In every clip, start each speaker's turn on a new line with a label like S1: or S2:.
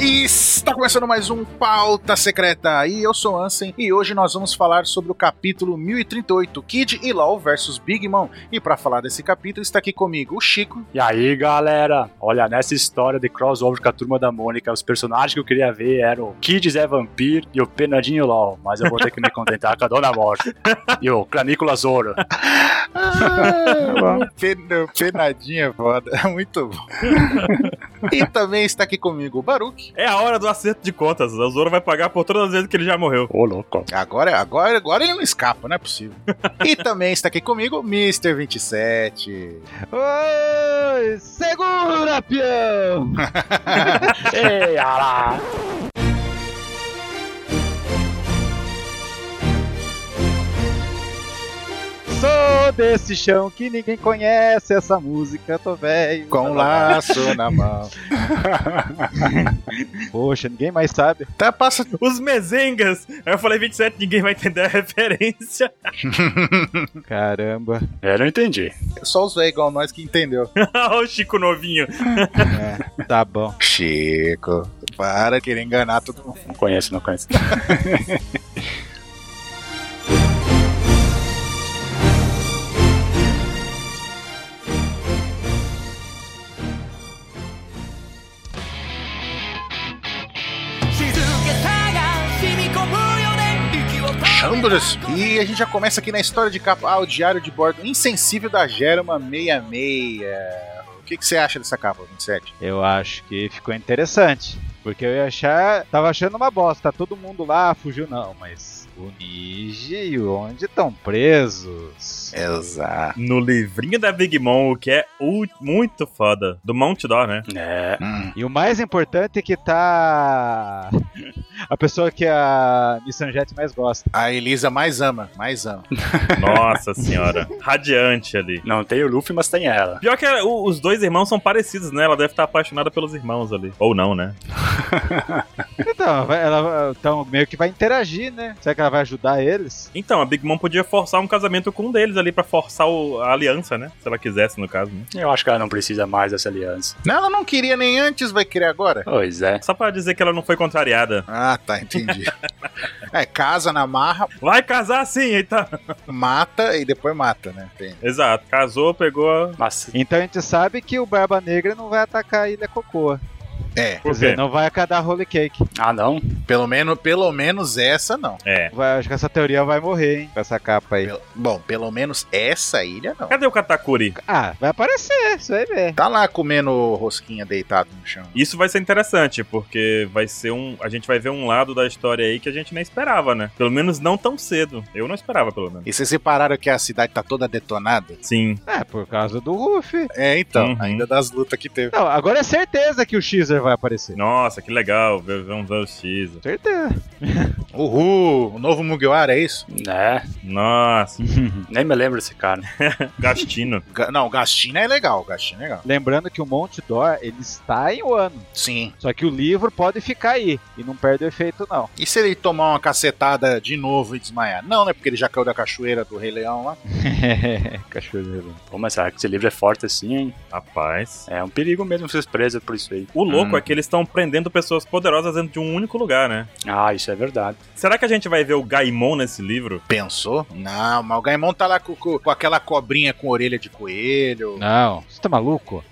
S1: E está começando mais um Pauta Secreta. E eu sou Ansem e hoje nós vamos falar sobre o capítulo 1038, Kid e LOL versus Big Mom. E para falar desse capítulo está aqui comigo o Chico.
S2: E aí, galera? Olha, nessa história de crossover com a turma da Mônica, os personagens que eu queria ver eram o Kid Zé Vampir e o Penadinho LOL, mas eu vou ter que me contentar com a Dona Morte e o Clanícula Zoro.
S1: Ah, pena- penadinha é foda, é muito bom. E também está aqui comigo o Baruch.
S3: É a hora do acerto de contas. O Zoro vai pagar por todas as vezes que ele já morreu.
S2: Ô, louco.
S1: Agora, agora, agora ele não escapa, não é possível. E também está aqui comigo o Mr. 27.
S4: Oi, segura, peão!
S2: Ei, ará.
S4: Sou desse chão que ninguém conhece essa música, tô velho.
S1: Com um laço na mão.
S4: Poxa, ninguém mais sabe.
S1: Tá, passa
S3: Os mezengas. Aí eu falei 27, ninguém vai entender a referência.
S4: Caramba.
S2: Eu É, não entendi.
S1: só os velhos igual nós que entendeu.
S3: Ah, o Chico novinho.
S4: É, tá bom.
S1: Chico, para de querer enganar todo mundo.
S2: Não conheço, não conheço.
S1: Chandos! E a gente já começa aqui na história de capa. Ah, o diário de bordo insensível da Germa 66. O que, que você acha dessa capa, 27?
S4: Eu acho que ficou interessante. Porque eu ia achar. Tava achando uma bosta. Todo mundo lá fugiu, não, mas. O Niji e o onde estão presos?
S1: Exato.
S3: No livrinho da Big Mom, o que é u- muito foda. Do Mount Dó, né?
S2: É,
S1: Hum,
S4: E o mais importante é que tá. A pessoa que a Nissan Jet mais gosta.
S1: A Elisa mais ama, mais ama.
S3: Nossa senhora. Radiante ali.
S2: não tem o Luffy, mas tem ela.
S3: Pior que ela- o- os dois irmãos são parecidos, né? Ela deve estar apaixonada pelos irmãos ali. Ou não, né?
S4: Então, vai- ela então, meio que vai interagir, né? Será que ela vai ajudar eles?
S3: Então, a Big Mom podia forçar um casamento com um deles ali pra forçar o- a aliança, né? Se ela quisesse, no caso. Né?
S2: Eu acho que ela não precisa mais dessa aliança.
S1: Não, ela não queria nem antes, vai querer agora?
S2: Pois é.
S3: Só pra dizer que ela não foi contrariada.
S1: Ah, tá, entendi. É, casa na marra,
S3: Vai casar sim, eita.
S1: mata e depois mata, né? Tem.
S3: Exato. Casou, pegou a
S2: Mas
S4: Então a gente sabe que o Barba Negra não vai atacar a Ilha Cocoa.
S1: É,
S4: Quer dizer, não vai acadar Holy Cake.
S2: Ah, não?
S1: pelo menos, pelo menos essa não.
S3: É.
S4: Vai- acho que essa teoria vai morrer, hein? Com essa capa aí.
S1: Pel- Bom, pelo menos essa ilha não.
S3: Cadê o Katakuri?
S4: Ah, vai aparecer, você vai ver.
S1: Tá lá comendo rosquinha deitado no chão.
S3: Isso vai ser interessante, porque vai ser um. A gente vai ver um lado da história aí que a gente nem esperava, né? Pelo menos não tão cedo. Eu não esperava, pelo menos.
S1: E vocês repararam que a cidade tá toda detonada?
S3: Sim.
S4: É, por causa do Ruffy.
S1: É, então,
S3: Uhum.
S1: ainda das lutas que teve.
S4: Não, agora é certeza que o Xer vai aparecer.
S3: Nossa, que legal. ver- Vamos ver o X.
S4: Certeza.
S1: Uhul, o novo Mugiwara, é isso?
S2: Né?
S3: Nossa.
S2: Nem me lembro desse cara.
S3: Gastino.
S1: Ga- não, Gastina é legal, Gastina é legal.
S4: Lembrando que o Monte Dor, ele está em Wano.
S1: Sim.
S4: Só que o livro pode ficar aí. E não perde o efeito, não.
S1: E se ele tomar uma cacetada de novo e desmaiar? Não, né? Porque ele já caiu da cachoeira do Rei Leão lá.
S4: Cachorro.
S2: Pô, mas será que esse livro é forte assim, hein?
S3: Rapaz.
S2: É um perigo mesmo ser preso por isso aí.
S3: O louco
S1: Hum.
S3: é que eles estão prendendo pessoas poderosas dentro de um único lugar, né?
S2: Ah, isso é verdade.
S3: Será que a gente vai ver o Gaimon nesse livro?
S1: Pensou? Não, mas o Gaimon tá lá com, com- com aquela cobrinha com orelha de coelho.
S4: Não, você tá maluco?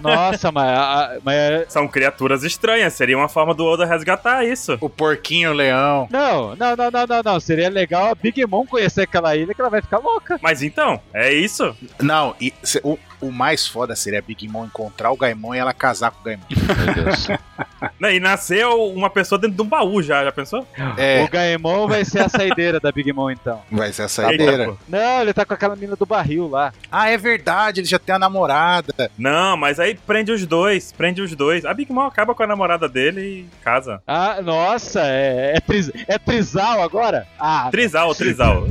S4: Nossa, mas, a- a- mas
S3: São criaturas estranhas. Seria uma forma do Oda resgatar isso.
S1: O porquinho leão.
S4: Não, não, não, não, não, não. Seria legal a Big Mom conhecer aquela ilha que ela vai ficar louca.
S3: Mas então, é isso?
S1: Não, e se- o, o mais foda seria a Big Mom encontrar o Gaimon e ela casar com o Gaimon.
S4: Meu Deus.
S3: Né, E nasceu uma pessoa dentro de um baú já, já pensou?
S1: É,
S4: O Gaemon vai ser a saideira da Big Mom, então.
S1: vai ser a saideira.
S3: Eita, pô.
S4: Não, ele tá com aquela mina do barril lá.
S1: Ah, é verdade, ele já tem a namorada.
S3: Não, mas aí prende os dois, prende os dois. A Big Mom acaba com a namorada dele e casa.
S4: Ah, nossa, é, é, tris, é trisal agora? Ah,
S3: Trisal, trisal.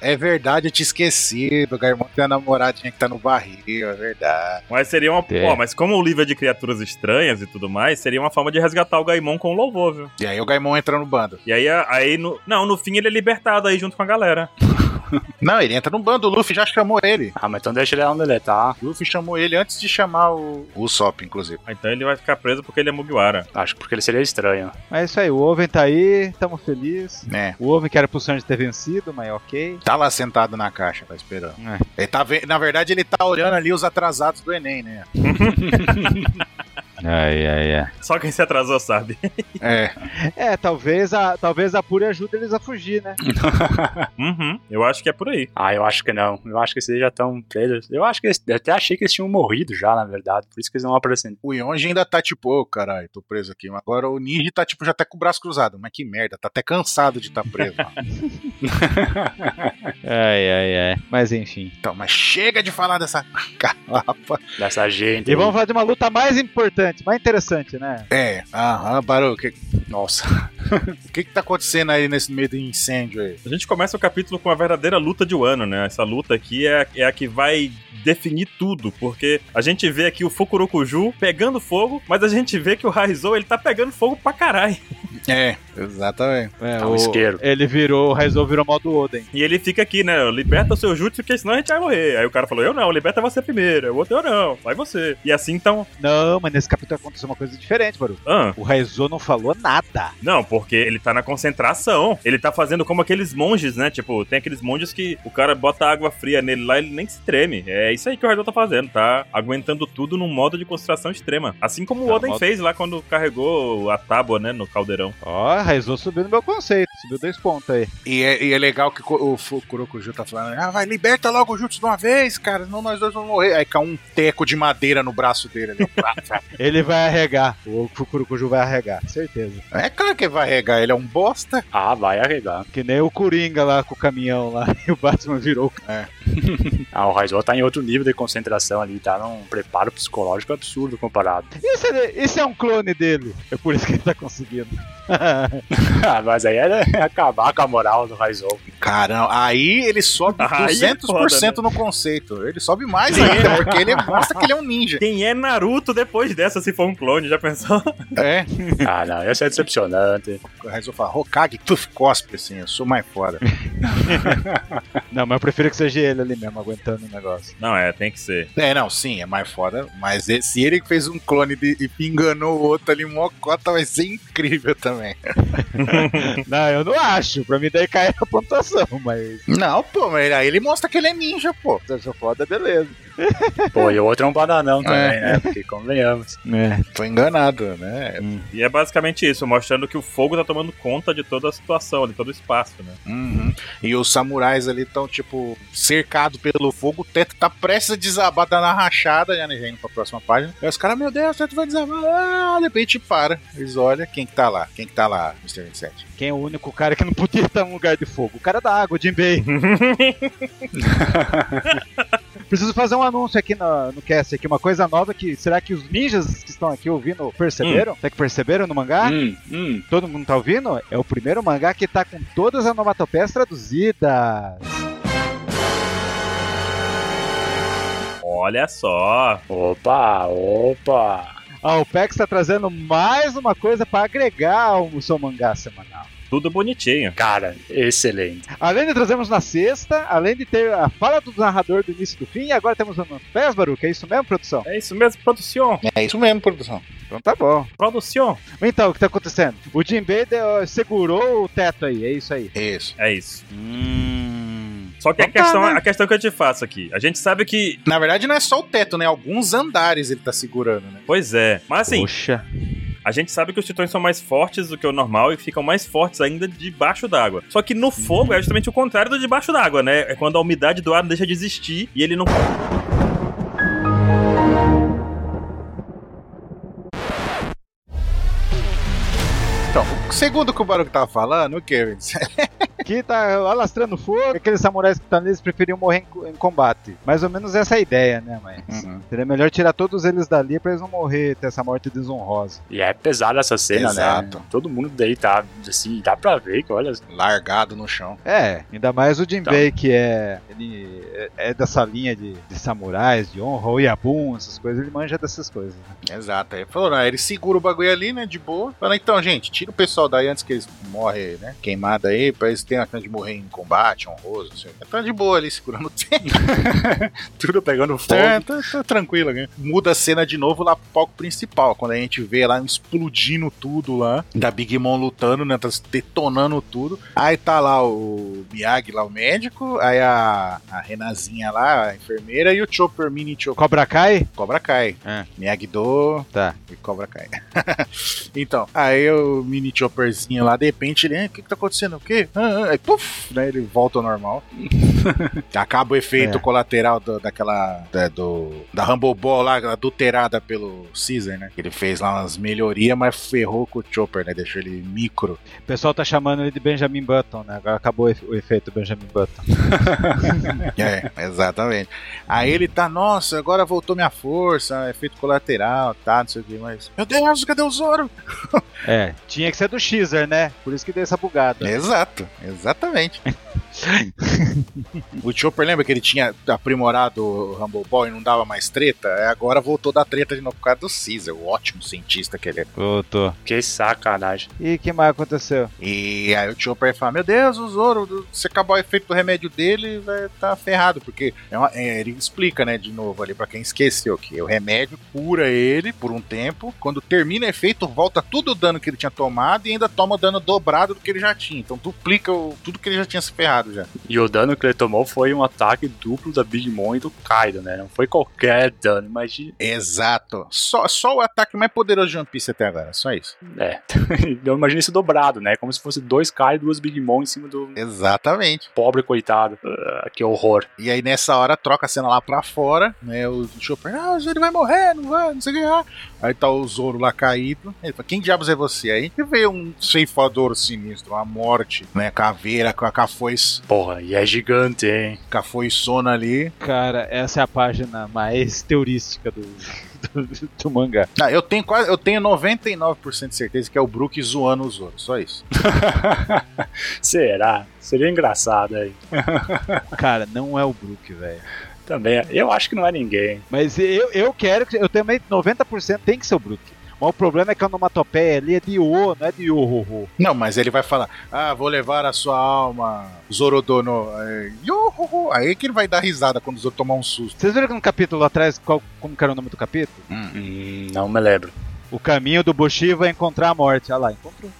S1: É verdade, eu tinha esquecido. O Gaimon tem a namoradinha que tá no barril, é verdade.
S3: mas seria uma.
S4: É.
S3: Ó, mas como o livro é de criaturas estranhas e tudo mais, seria uma forma de resgatar o Gaimon com o louvor, viu?
S1: E aí o Gaimon entra no bando.
S3: E aí, a- aí no, não, no fim ele é libertado aí junto com a galera.
S1: Não, ele entra num bando, o Luffy já chamou ele.
S2: Ah, mas então deixa ele onde ele tá.
S1: O Luffy chamou ele antes de chamar o Usopp, inclusive.
S3: Ah, Então ele vai ficar preso porque ele é Mugiwara.
S2: Acho que porque ele seria estranho.
S4: Mas é isso aí, o Oven tá aí, tamo feliz.
S1: Né?
S4: O Oven que era pro Sanji ter vencido, mas ok.
S1: Tá lá sentado na caixa, tá esperando. Ele tá ve- Na verdade, ele tá olhando ali os atrasados do Enem, né?
S4: Ai, ai, ai.
S3: Só quem se atrasou sabe.
S1: É.
S4: É, talvez a, talvez a Puri ajude eles a fugir, né?
S3: Uhum. Eu acho que é por aí.
S2: Ah, eu acho que não. Eu acho que esses já estão presos. Eu acho que eles, eu até achei que eles tinham morrido já, na verdade. Por isso que eles não aparecem.
S1: O Yonji ainda tá tipo, ô caralho, tô preso aqui. Mas Agora o Ninji tá tipo, já tá com o braço cruzado. Mas que merda, tá até cansado de estar tá preso.
S4: Ai, ai, ai. Mas enfim.
S1: então, mas chega de falar dessa garrafa.
S2: Dessa gente.
S4: E vamos falar de uma luta mais importante, mais interessante, né?
S1: É, aham, Baru, o que,
S2: Nossa.
S1: que que tá acontecendo aí nesse meio do incêndio aí?
S3: A gente começa o capítulo com a verdadeira luta de Wano, né? Essa luta aqui é, é a que vai definir tudo, porque a gente vê aqui o Fukurokuju pegando fogo, mas a gente vê que o Raizou, ele tá pegando fogo pra caralho.
S1: É, exatamente.
S4: É,
S2: Tá um isqueiro.
S4: Ele virou, o Raizou virou modo Oden.
S3: E ele fica aqui, né? Liberta o seu jutsu, porque senão a gente vai morrer. Aí o cara falou, eu não, liberta você primeiro. Aí O outro, eu não, vai você. E assim, então...
S4: Não, mas nesse capítulo aconteceu uma coisa diferente, Baru.
S3: Ah,
S4: O Raizou não falou nada.
S3: Não, porque ele tá na concentração. Ele tá fazendo como aqueles monges, né? Tipo, tem aqueles monges que o cara bota água fria nele lá, ele nem se treme. É isso aí que o Raidou tá fazendo, tá? Aguentando tudo num modo de concentração extrema. Assim como o
S4: Tá,
S3: Oden
S4: modo-
S3: fez lá quando carregou a tábua, né, no caldeirão.
S4: Ó, Raizou subiu no meu conceito, subiu dois pontos aí.
S1: E é, e é legal que co- o Fu- Kurokuju tá falando, ah, vai, liberta logo o Jutsu de uma vez, cara, senão nós dois vamos morrer. Aí cai um teco de madeira no braço dele ali. Pá, pá.
S4: Ele vai arregar, o Fukurukuju vai arregar, certeza.
S1: é claro que vai regar, ele é um bosta.
S2: Ah, vai arregar.
S4: Que nem o Coringa lá com o caminhão lá, e o Batman virou.
S2: Ah, o Raizou tá em outro nível de concentração ali. Tá num preparo psicológico absurdo comparado.
S4: Isso é, isso é um clone dele, é por isso que ele tá conseguindo.
S2: Ah, mas aí era acabar com a moral do Raizou.
S1: Caramba, aí né? ele sobe
S3: Aí é
S1: 200% no conceito. Ele sobe mais ainda, porque ele mostra que ele é um ninja.
S3: Quem é Naruto depois dessa, se for um clone, já pensou?
S1: É,
S2: Ah, não. Ia ser decepcionante.
S1: O Raizo fala, Hokage, puf, cospe assim, eu sou mais foda.
S4: Não, mas eu prefiro que seja ele ali mesmo, aguentando o negócio.
S3: Não, é, tem que ser.
S1: é, não, sim, é mais foda, mas e- se ele fez um clone de, e enganou o outro ali, mocota, vai ser incrível também.
S4: Não, eu não acho, pra mim daí cai a pontuação, mas...
S1: Não, pô, mas ele- aí ele mostra que ele é ninja, pô.
S4: Se achou foda, beleza.
S2: Pô, e o outro é um bananão também, né? Porque convenhamos.
S4: É.
S1: Foi enganado, né?
S3: E é basicamente isso, mostrando que o fogo tá tomando conta de toda a situação, de todo o espaço, né?
S1: Uhum. E os samurais ali estão, tipo, cercados pelo fogo, o teto tá prestes a desabar, tá na rachada, já né, já indo pra próxima página. Aí os caras, meu Deus, o teto vai desabar. Ah, de repente para. Eles olham, quem que tá lá? Quem que tá lá, Mr. 27?
S4: Quem é o único cara que não podia estar num lugar de fogo? O cara da água, o Jinbei. Preciso fazer um anúncio aqui no, no cast, aqui, uma coisa nova que será que os ninjas que estão aqui ouvindo perceberam? Será que perceberam no mangá?
S2: Hum, hum.
S4: Todo mundo tá ouvindo? É o primeiro mangá que tá com todas as onomatopeias traduzidas.
S3: Olha só.
S2: Opa, opa.
S4: A OPEX tá trazendo mais uma coisa pra agregar ao seu mangá semanal.
S3: Tudo bonitinho.
S2: Cara, excelente.
S4: Além de trazermos na sexta, além de ter a fala do narrador do início e do fim, agora temos o Pés, Baruca. É isso mesmo, produção?
S3: É isso mesmo, produção.
S1: É isso mesmo, produção.
S4: Então tá bom.
S3: Produção.
S4: Então, o que tá acontecendo? O Jinbei deu- segurou o teto aí, é isso aí.
S1: Isso.
S3: É isso.
S2: Hum.
S3: Só que a
S4: Então tá,
S3: questão, é,
S4: né?
S3: a questão que eu te faço aqui, a gente sabe que.
S1: Na verdade, não é só o teto, né? Alguns andares ele tá segurando, né?
S3: Pois é. Mas assim,
S4: Poxa.
S3: a gente sabe que os titãs são mais fortes do que o normal e ficam mais fortes ainda debaixo d'água. Só que no fogo é justamente o contrário do debaixo d'água, né? É quando a umidade do ar deixa de existir e ele não.
S1: Então, segundo o que o Baruch tava falando, o Kevin,
S4: Que tá alastrando fogo. Aqueles samurais que estão ali, eles preferiam morrer em, co- em combate. Mais ou menos essa é a ideia, né, mas... Seria melhor tirar todos eles dali pra eles não morrer, ter essa morte desonrosa.
S2: E é pesada essa cena,
S1: Exato.
S2: né? Todo mundo daí tá, assim, dá pra ver que, olha,
S1: É largado no chão.
S4: É, ainda mais o Jinbei, que é. Ele é, é dessa linha de, de samurais, de honra, o Yabun, essas coisas, ele manja dessas coisas. né?
S1: Exato. Aí ele falou, não, aí ele segura o bagulho ali, né? De boa. Falando, então, gente, tira o pessoal daí antes que eles morrem, né? Queimado aí, pra eles terem tem a chance de morrer em combate, honroso, não sei. o quê. Tá de boa ali segurando o tempo.
S2: Tudo pegando fogo.
S1: Tá, tá, tá tranquilo. né? Muda a cena de novo lá pro palco principal, quando a gente vê lá explodindo tudo lá, da Big Mom lutando, né, tá detonando tudo. Aí tá lá o Miyagi, lá o médico, aí a, a Renazinha lá, a enfermeira, e o Chopper, mini Chopper,
S4: Cobra Kai?
S1: Cobra Kai.
S4: É.
S1: Miyagi-Do
S4: Tá.
S1: e Cobra Kai. então, aí o mini Chopperzinho lá, de repente ele, "Ah, o que que tá acontecendo? O quê? Ah, ah", aí, puf, né, ele volta ao normal. Acaba o efeito
S4: É.
S1: colateral do- daquela. Da, do, da Humble Ball lá, adulterada pelo Caesar, né? Ele fez lá umas melhorias, mas ferrou com o Chopper, né? Deixou ele micro.
S4: O pessoal tá chamando ele de Benjamin Button, né? Agora acabou o efe- o efeito Benjamin Button.
S1: é, exatamente. Aí ele tá, nossa, agora voltou minha força, efeito colateral, tá, não sei o que, mas. Meu Deus, cadê o Zoro?
S4: É. Tinha que ser do Xer, né? Por isso que deu essa bugada.
S1: Exato, exatamente. o Chopper lembra que ele tinha aprimorado o Humble Ball e não dava mais treta? É, Agora voltou da treta de novo por causa do Caesar, o ótimo cientista que ele é.
S4: Voltou.
S2: Que sacanagem.
S4: E o que mais aconteceu?
S1: E aí o Chopper fala: Meu Deus, o Zoro, se acabar o efeito do remédio dele, vai tá ferrado, porque é uma- é, ele explica, né, de novo ali pra quem esqueceu, que o remédio cura ele por um tempo, quando termina o efeito, volta tudo o dano que ele tinha tomado e ainda toma o dano dobrado do que ele já tinha, então duplica o- tudo que ele já tinha se ferrado já.
S2: E o dano que ele tomou foi um ataque duplo da Big Mom e do Kaido, né? Não foi qualquer dano, imagina.
S1: Exato. Só, só o ataque mais poderoso de One Piece até agora, só isso.
S2: É. Eu imagino isso dobrado, né? Como se fosse dois Kaido e duas Big Mom em cima do
S1: Exatamente.
S2: pobre coitado. Ah, que horror.
S1: E aí nessa hora troca a cena lá pra fora, né? O Chopper, ah, ele vai morrer, não vai, não sei o que. lá." Aí tá o Zoro lá caído. Ele fala, quem diabos é você? Aí que vê um ceifador sinistro, uma morte, né? Caveira com a cafoi-
S2: Porra, e é gigante, hein?
S1: cafoiçona ali.
S4: Cara, essa é a página mais teurística do, do, do mangá.
S1: Ah, eu tenho quase, eu tenho 99% de certeza que é o Brook zoando o Zoro, só isso.
S2: Será? Seria engraçado aí.
S4: Cara, não é o Brook, velho.
S2: Também, eu acho que não é ninguém.
S4: Mas eu, eu quero que. Eu também, 90% tem que ser o Brook. Mas o problema é que a onomatopeia ali é de O, não é de O,
S1: Não, mas ele vai falar: Ah, vou levar a sua alma, Zorodono. É, iuhuhu. Aí que ele vai dar risada quando o Zoro tomar um susto.
S4: Vocês viram que no capítulo atrás, qual, como que era o nome do capítulo?
S2: Hum, não me lembro.
S4: O caminho do Bushiva é encontrar a morte. Olha lá, encontrou.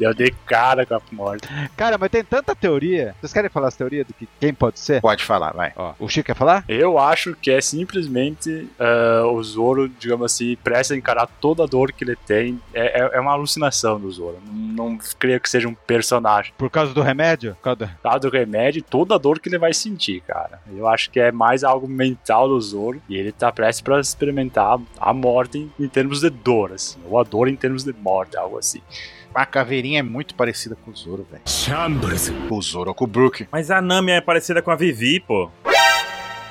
S2: Eu dei cara com a morte.
S4: Cara, mas tem tanta teoria. Vocês querem falar as teorias do que quem pode ser?
S1: Pode falar, vai.
S4: Ó, o Chico quer falar?
S2: Eu acho que é simplesmente ah, o Zoro, digamos assim, presta a encarar toda a dor que ele tem. É, é- é uma alucinação do Zoro. Não, não creio que seja um personagem.
S4: Por causa do remédio? Por causa do-
S2: Tá do remédio, toda a dor que ele vai sentir, cara. Eu acho que é mais algo mental do Zoro. E ele tá prestes pra experimentar a morte em, em termos de dor, assim. Ou a dor em termos de morte, algo assim.
S1: A caveirinha é muito parecida com o Zoro, velho. Com o Zoro, com o Brook.
S3: Mas a Nami é parecida com a Vivi, pô.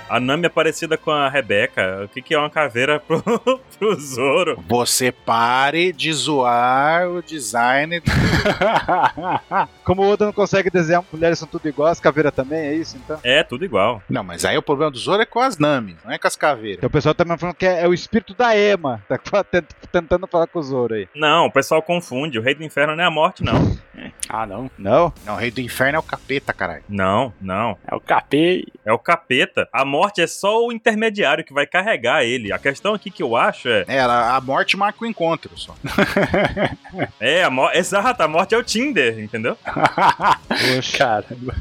S3: A Nami é parecida com a Rebeca. O que, que é uma caveira pro, pro Zoro?
S1: Você pare de zoar o design.
S4: Como o Oda não consegue desenhar, mulheres são tudo iguais, caveira também, é isso então?
S3: É, tudo igual.
S1: Não, mas aí o problema do Zoro é com as Nami, não é com as caveiras.
S4: Então o pessoal tá me falando que é, é o espírito da Ema. Tá fa- tent- tentando falar com o Zoro aí.
S3: Não, o pessoal confunde. O rei do inferno não é a morte, não.
S2: ah, não.
S4: Não?
S1: Não, o rei do inferno é o capeta, caralho.
S3: Não, não.
S2: É o capê
S3: É o capeta. A morte é só o intermediário que vai carregar ele. A questão aqui que eu acho é.
S1: É, ela- a morte marca o encontro só.
S3: É, a morte. Exato, a morte é o Tinder, entendeu?
S4: Poxa.
S2: Caramba.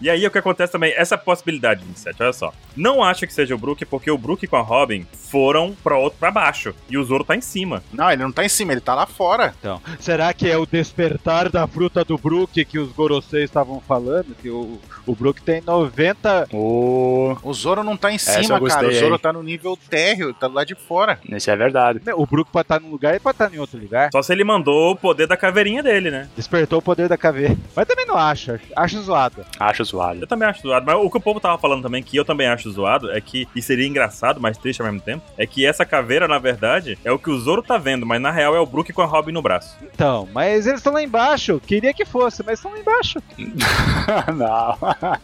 S3: E aí o que acontece também, essa possibilidade, 27, olha só. Não acho que seja o Brook, porque o Brook com a Robin foram pra, outro, pra baixo. E o Zoro tá em cima.
S1: Não, ele não tá em cima, ele tá lá fora.
S4: Então, será que é o despertar da fruta do Brook que os Goroseis estavam falando? Que o, o Brook tem 90.
S2: Oh,
S1: O Zoro não tá em cima,
S2: eu gostei,
S1: cara. O Zoro
S2: hein?
S1: tá no nível térreo, tá lá de fora.
S2: isso é verdade.
S4: O Brook pode estar num lugar e pode estar em outro lugar.
S3: Só se ele mandou o poder da caveirinha dele, né?
S4: Despertou o poder da caveira. Mas também não acha. Acho zoado.
S2: Acho zoado.
S3: Eu também acho zoado. Mas o que o povo tava falando também, que eu também acho zoado, é que, e seria engraçado, mas triste ao mesmo tempo, é que essa caveira, na verdade, é o que o Zoro tá vendo, mas na real é o Brook com a Robin no braço.
S4: Então, mas eles estão lá embaixo. Queria que fosse, mas estão lá embaixo.
S2: não.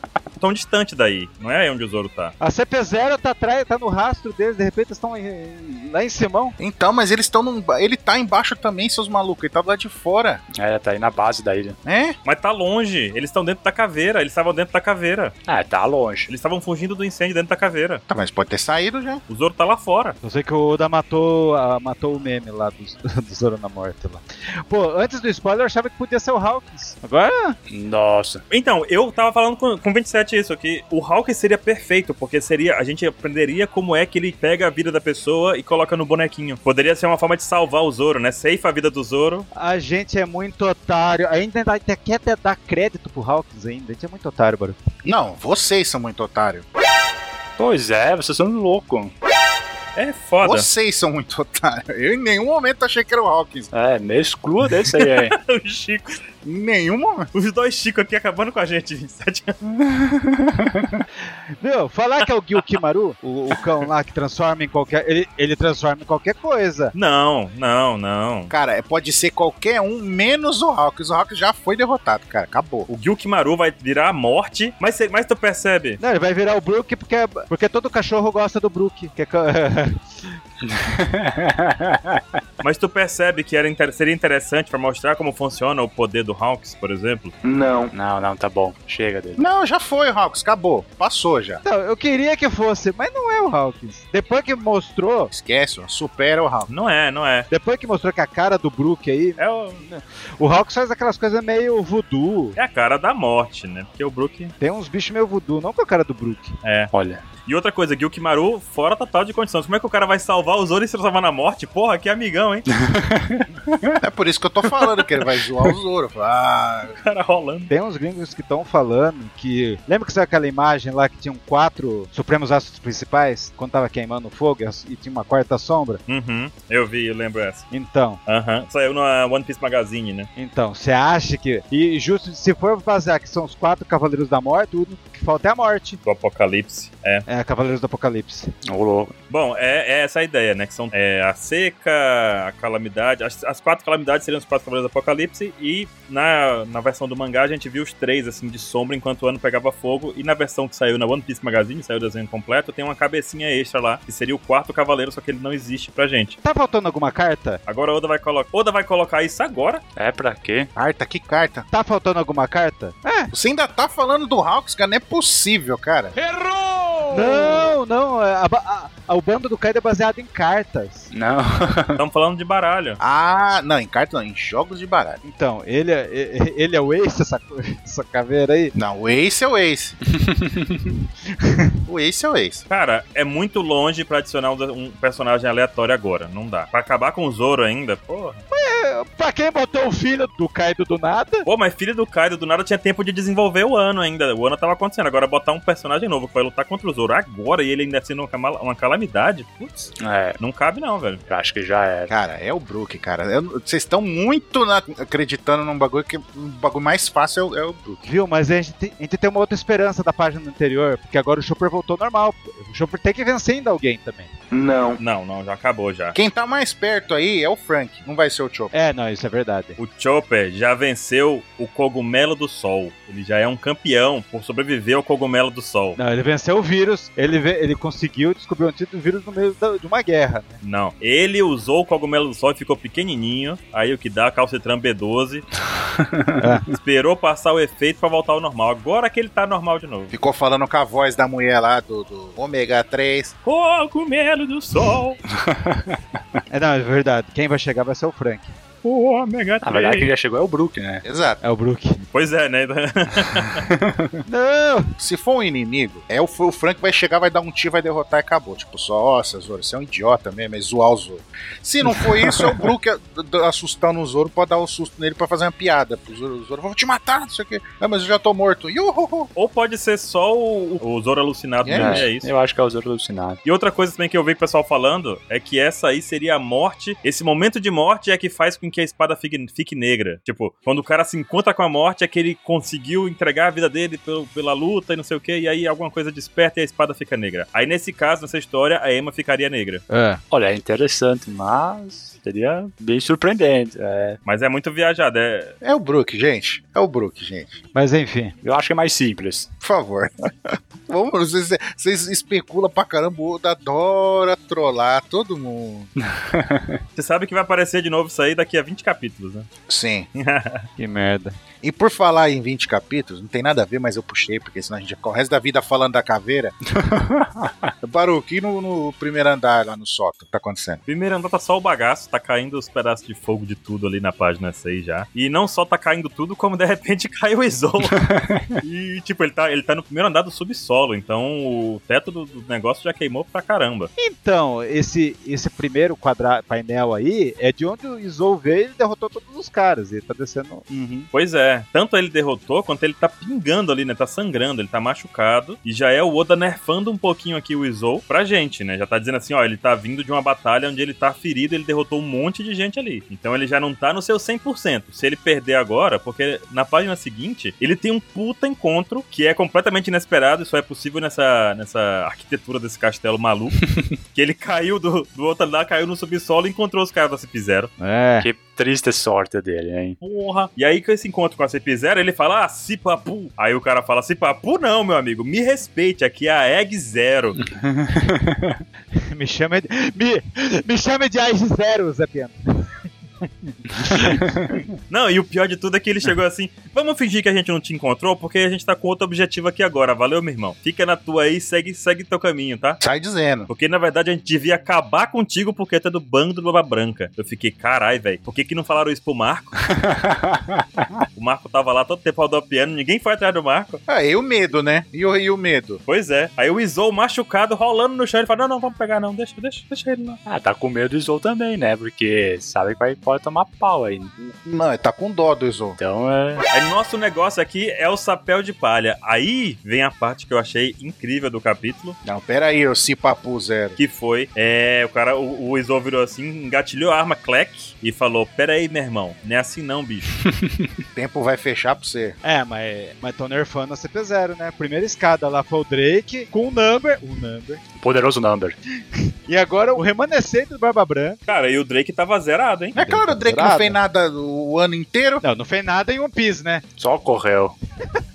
S3: tão distante daí. Não é aí onde o Zoro tá.
S4: A CP0 tá atrás, tá no rastro deles, de repente estão em- lá em Simão.
S1: Então, mas eles estão num. ba- Ele tá embaixo também, seus malucos. Ele tá do lado de fora,
S2: É, tá aí na base da ilha.
S1: né?
S3: Mas tá longe. Eles estão dentro da caveira. Eles estavam dentro da caveira.
S2: Ah, tá longe.
S3: Eles estavam fugindo do incêndio dentro da caveira.
S1: Tá, mas pode ter saído já.
S3: O Zoro tá lá fora.
S4: Eu sei que o Oda matou, ah, matou o meme lá do, do Zoro na morte lá. Pô, antes do spoiler eu achava que podia ser o Hawkins. Agora?
S2: Nossa.
S3: Então, eu tava falando com, com 27 isso aqui. O Hulk seria perfeito, porque seria a gente aprenderia como é que ele pega a vida da pessoa e coloca no bonequinho. Poderia ser uma forma de salvar o Zoro, né? Safe a vida do Zoro.
S4: A gente é muito otário. Ainda dá- até quer até dar crédito pro Hawkins ainda. A gente é muito otário, bro.
S1: Não, vocês são muito otários.
S2: Pois é, vocês são loucos.
S3: É foda.
S1: Vocês são muito otários. Eu em nenhum momento achei que era o Hawkins.
S2: É, meio exclua desse aí, hein?
S3: o Chico.
S1: Em nenhum momento.
S3: Os dois Chico aqui acabando com a gente, 27 anos.
S4: Viu? Falar que é o Gilkimaru, o, o cão lá que transforma em qualquer. Ele, ele transforma em qualquer coisa.
S3: Não, não, não.
S1: Cara, é- pode ser qualquer um, menos o Hawkins. O Hawkins já foi derrotado, cara. Acabou.
S3: O Gyukimaru vai virar a morte, mas, cê- mas tu percebe?
S4: Não, ele vai virar o Brook porque, porque todo cachorro gosta do Brook. Que é ca-
S3: Mas tu percebe que era inter- seria interessante pra mostrar como funciona o poder do Hawks, por exemplo?
S2: Não, não, tá bom. Chega dele.
S1: Não, já foi o Hawkins. Acabou. Passou já.
S4: Então, eu queria que fosse, mas não é o Hawkins. Depois que mostrou.
S1: Esquece, ó, supera o Hawkins.
S3: Não é, não é.
S4: Depois que mostrou que a cara do Brook aí,
S3: É, o-
S4: o Hawks faz aquelas coisas meio voodoo.
S3: é a cara da morte, né? Porque o Brook.
S4: Tem uns bichos meio voodoo, não com a cara do Brook.
S3: É.
S2: Olha.
S3: E outra coisa, Gyukimaru fora total de condições. Como é que o cara vai salvar os Zoro e se transformar na morte? Porra, que amigão, hein?
S1: É por isso que eu tô falando que ele vai zoar o Zoro. Ah,
S3: O cara rolando.
S4: Tem uns gringos que estão falando que. Lembra que saiu aquela imagem lá que tinham quatro Supremos Astros principais? Quando tava queimando o fogo e tinha uma quarta sombra?
S3: Uhum. Eu vi, eu lembro essa.
S4: Então,
S3: Aham. Saiu na One Piece Magazine, né?
S4: então, você acha que. E justo se for basear que são os quatro Cavaleiros da Morte, o único que falta é a morte.
S3: Do Apocalipse. É.
S4: É, Cavaleiros do Apocalipse.
S2: Ô, louco.
S3: Bom, é, é essa a ideia, né? Que são é, a seca, a calamidade. As, as quatro calamidades seriam os quatro cavaleiros do Apocalipse. E na, na versão do mangá a gente viu os três, assim, de sombra enquanto o ano pegava fogo. E na versão que saiu na One Piece Magazine, saiu o desenho completo, tem uma cabecinha extra lá, que seria o quarto cavaleiro, só que ele não existe pra gente.
S4: Tá faltando alguma carta?
S3: Agora Oda vai colocar. Oda vai colocar isso agora?
S2: É pra quê?
S1: carta, que carta.
S4: Tá faltando alguma carta?
S1: Você ainda tá falando do Hawks, cara? Não é possível, cara.
S4: Não, não. é, a ba- a- a- o bando do Kaido é baseado em cartas.
S2: Não.
S3: Estamos falando de baralho.
S1: Ah, não, em carta não, em jogos de baralho.
S4: Então, ele é, e- ele é o Ace, essa, co- essa caveira aí?
S1: Não, o Ace é o Ace. o Ace é o Ace.
S3: Cara, é muito longe pra adicionar um, um personagem aleatório agora. Não dá. Pra acabar com o Zoro ainda, porra.
S4: É, pra quem botou o filho do Kaido do nada?
S3: Pô, mas filho do Kaido do nada tinha tempo de desenvolver o ano ainda. O ano tava acontecendo. Agora botar um personagem novo que vai lutar contra o Zoro agora e ele ainda sendo uma, camala- uma calamidade. Putz,
S2: É,
S3: não cabe não, velho.
S2: eu acho que já era.
S1: Cara, é o Brook, cara. Eu- Vocês estão muito na- acreditando num bagulho que o bagulho mais fácil é o, é o Brook.
S4: Viu, mas a gente, tem- a gente tem uma outra esperança da página anterior, porque agora o Chopper voltou normal. O Chopper tem que vencer ainda alguém também.
S3: Não, não, já acabou já.
S1: Quem tá mais perto aí é o Frank, não vai ser o Chopper.
S4: É, não, isso é verdade.
S3: O Chopper já venceu o cogumelo do sol. Ele já é um campeão por sobreviver ao cogumelo do sol.
S4: Não, ele venceu o vírus, ele, ve- ele conseguiu descobrir um tipo de vírus no meio da- de uma guerra. né?
S3: Não. Ele usou o cogumelo do sol e ficou pequenininho. Aí o que dá, calcitran B12. Esperou passar o efeito pra voltar ao normal. Agora que ele tá normal de novo.
S1: Ficou falando com a voz da mulher lá do, do Ômega 3.
S3: Cogumelo do sol.
S4: É, não, é verdade. Quem vai chegar vai ser o Frank.
S3: O ômega
S2: Na verdade,
S3: 3.
S2: quem já chegou é o Brook, né?
S1: Exato.
S4: É o Brook.
S3: Pois é, né?
S4: não!
S1: Se for um inimigo, é o, o Frank vai chegar, vai dar um tiro, vai derrotar e acabou. Tipo, só, nossa, Zoro, você é um idiota mesmo, é zoar o Zoro. Se não for isso, é o Brook a- d- assustando o Zoro pra dar um susto nele pra fazer uma piada. Pro Zoro, o Zoro, vou te matar, não sei o quê. Ah, mas eu já tô morto. Iuhuhu.
S3: Ou pode ser só o, o Zoro alucinado
S1: É
S3: mesmo,
S1: isso.
S3: é isso.
S2: Eu acho que é o Zoro alucinado.
S3: E outra coisa também que eu vi o pessoal falando é que essa aí seria a morte. Esse momento de morte é que faz com com que a espada fique, fique negra. Tipo, quando o cara se encontra com a morte, é que ele conseguiu entregar a vida dele pelo- pela luta e não sei o que, e aí alguma coisa desperta e a espada fica negra. Aí nesse caso, nessa história, a Emma ficaria negra.
S4: É.
S2: Olha, é interessante, mas seria bem surpreendente. É,
S3: Mas é muito viajado, é.
S1: É o Brook, gente. É o Brook, gente.
S4: Mas enfim.
S2: eu acho que é mais simples.
S1: Por favor. Vamos, vocês, vocês especulam pra caramba. O Oda adora trollar todo mundo.
S3: Você sabe que vai aparecer de novo isso aí daqui a 20 capítulos, né?
S1: Sim.
S4: Que merda.
S1: E por falar em 20 capítulos, não tem nada a ver, mas eu puxei, porque senão a gente ia ficar o resto da vida falando da caveira. Baruque, e no, no primeiro andar lá no sótão? Tá acontecendo?
S3: Primeiro andar tá só o bagaço, tá caindo os pedaços de fogo de tudo ali na página 6 já. E não só tá caindo tudo, como de repente cai o Isola. e, tipo, ele tá, ele tá no primeiro andar do subsolo, então o teto do, do negócio já queimou pra caramba.
S4: Então, esse, esse primeiro quadra, painel aí é de onde o Izou veio e ele derrotou todos os caras. Ele tá descendo.
S3: Pois é, tanto ele derrotou quanto ele tá pingando ali, né? Tá sangrando, ele tá machucado. E já é o Oda nerfando um pouquinho aqui o Izou pra gente, né? Já tá dizendo assim, ó, ele tá vindo de uma batalha onde ele tá ferido, ele derrotou um monte de gente ali. Então ele já não tá no seu 100%. Se ele perder agora, porque na página seguinte, ele tem um puta encontro que é completamente inesperado e só é possível nessa, nessa arquitetura desse castelo maluco. que ele caiu do, do outro lá, caiu no subsolo e encontrou os caras da Cip0.
S4: É.
S2: Que triste sorte dele, hein?
S3: Porra. E aí, com esse encontro com a CP0, ele fala, ah, Cipapu. Aí o cara fala, Cipapu não, meu amigo, me respeite, aqui é a Egg Zero.
S4: Me chama de. Me, me chama de Age Zero, Zé Piano.
S3: não, e o pior de tudo é que ele chegou assim, vamos fingir que a gente não te encontrou, porque a gente tá com outro objetivo aqui agora, valeu, meu irmão? Fica na tua aí, segue, segue teu caminho, tá?
S1: Sai dizendo.
S3: Porque, na verdade, a gente devia acabar contigo porque tu é do bando do Baba Branca. Eu fiquei, carai, velho, por que que não falaram isso pro Marco? o Marco tava lá todo tempo ao piano, ninguém foi atrás do Marco.
S1: Ah, e o medo, né? E o, e o medo?
S3: Pois é. Aí o Izou machucado, rolando no chão, ele fala: Não, não, vamos pegar não, deixa, deixa, deixa ele lá.
S2: Ah, tá com medo do Izou também, né? Porque sabe que vai, pode tomar pau aí.
S1: Não, ele tá com dó do Izo.
S2: Então é.
S3: Aí nosso negócio aqui é o sapéu de palha. Aí vem a parte que eu achei incrível do capítulo.
S1: Não, pera aí, ô Cipapu Zero.
S3: Que foi, é, o cara, o, o Izou virou assim, engatilhou a arma, clec, e falou: Pera aí, meu irmão, não é assim não, bicho.
S1: O tempo vai fechar pra você.
S4: É, mas, mas tão nerfando a CP0, né? Primeira escada lá foi o Drake com o Number. O Number.
S2: Poderoso Number.
S4: E agora o remanescente do Barba Branca.
S3: Cara, e o Drake tava zerado, hein?
S1: Não é claro, o Drake não fez nada o ano inteiro?
S4: Não, não fez nada em One Piece, né?
S2: Só correu.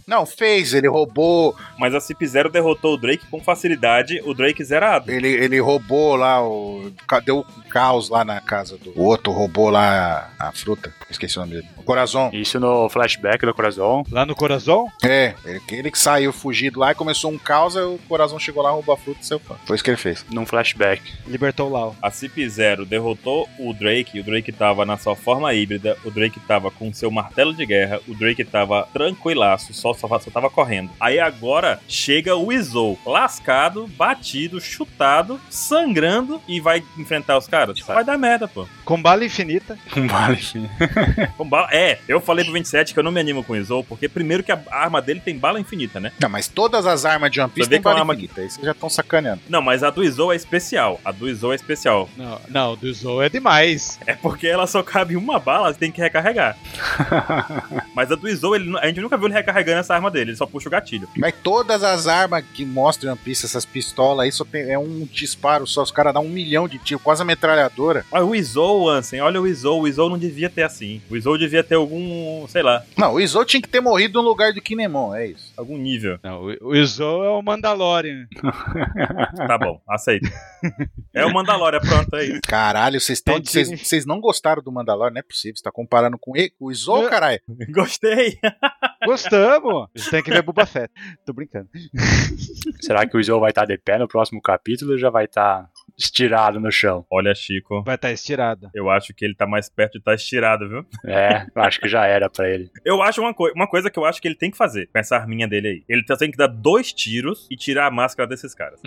S1: Não, fez. Ele roubou.
S3: Mas a Cip Zero derrotou o Drake com facilidade, o Drake zerado.
S1: Ele, ele roubou lá o. ca- Deu um caos lá na casa do. O outro roubou lá a, a fruta. Esqueci o nome dele. O Corazon.
S2: Isso no flashback do Corazon.
S4: Lá no Corazon?
S1: É, ele, ele que saiu fugido lá e começou um caos, aí o Corazon chegou lá, roubou a fruta e saiu fora. Foi isso que ele fez.
S2: Num flashback.
S4: Libertou o Lau.
S3: A CP0 derrotou o Drake, o Drake tava na sua forma híbrida, o Drake tava com seu martelo de guerra, o Drake tava tranquilaço, só, só, só tava correndo. Aí agora chega o Izou, lascado, batido, chutado, sangrando e vai enfrentar os caras. Vai dar merda, pô.
S4: Com bala infinita.
S2: Um vale.
S3: Com bala- É, eu falei pro 27 que eu não me animo com o Izou, porque primeiro que a arma dele tem bala infinita, né?
S1: Não, mas todas as armas de One Piece
S3: Só vê
S1: tem
S3: que é uma
S1: bala
S3: arma
S1: infinita. Isso que já estão sacaneando.
S3: Não, mas a do Izou é especial. A do Izou é especial.
S4: Não, não, do Zou é demais.
S3: É porque ela só cabe uma bala, você tem que recarregar. Mas a do Izou, ele, a gente nunca viu ele recarregando essa arma dele, ele só puxa o gatilho.
S1: Mas todas as armas que mostram em One Piece, essas pistolas aí, só tem, é um disparo só. Os caras dão um milhão de tiro, quase a metralhadora.
S3: Olha o Izou, Ansem, olha o Izou, o Izou não devia ter assim. O Izou devia ter algum, sei lá,
S1: Não, o Izo tinha que ter morrido no lugar do Kinemon, é isso.
S3: algum nível.
S4: Não, o o Zou é o Mandalorian.
S3: Tá bom, aceito. É o Mandalorian, pronto, é aí.
S1: Caralho, vocês tão-
S4: Entendi.
S1: vocês- vocês não gostaram do Mandalor, não é possível. Você tá comparando com ele, com o Izo,
S3: É.
S4: Eu-
S1: caralho?
S3: Gostei.
S4: Gostamos! Você tem que ver Boba Fett. Tô brincando.
S2: Será que o Izou vai estar de pé no próximo capítulo ou já vai estar estirado no chão?
S3: Olha, Chico,
S4: Vai estar estirada.
S3: eu acho que ele tá mais perto de estar estirado, viu?
S2: É, acho que já era pra ele.
S3: Eu acho uma, coi- uma coisa que eu acho que ele tem que fazer com essa arminha dele aí. Ele tem que dar dois tiros e tirar a máscara desses caras.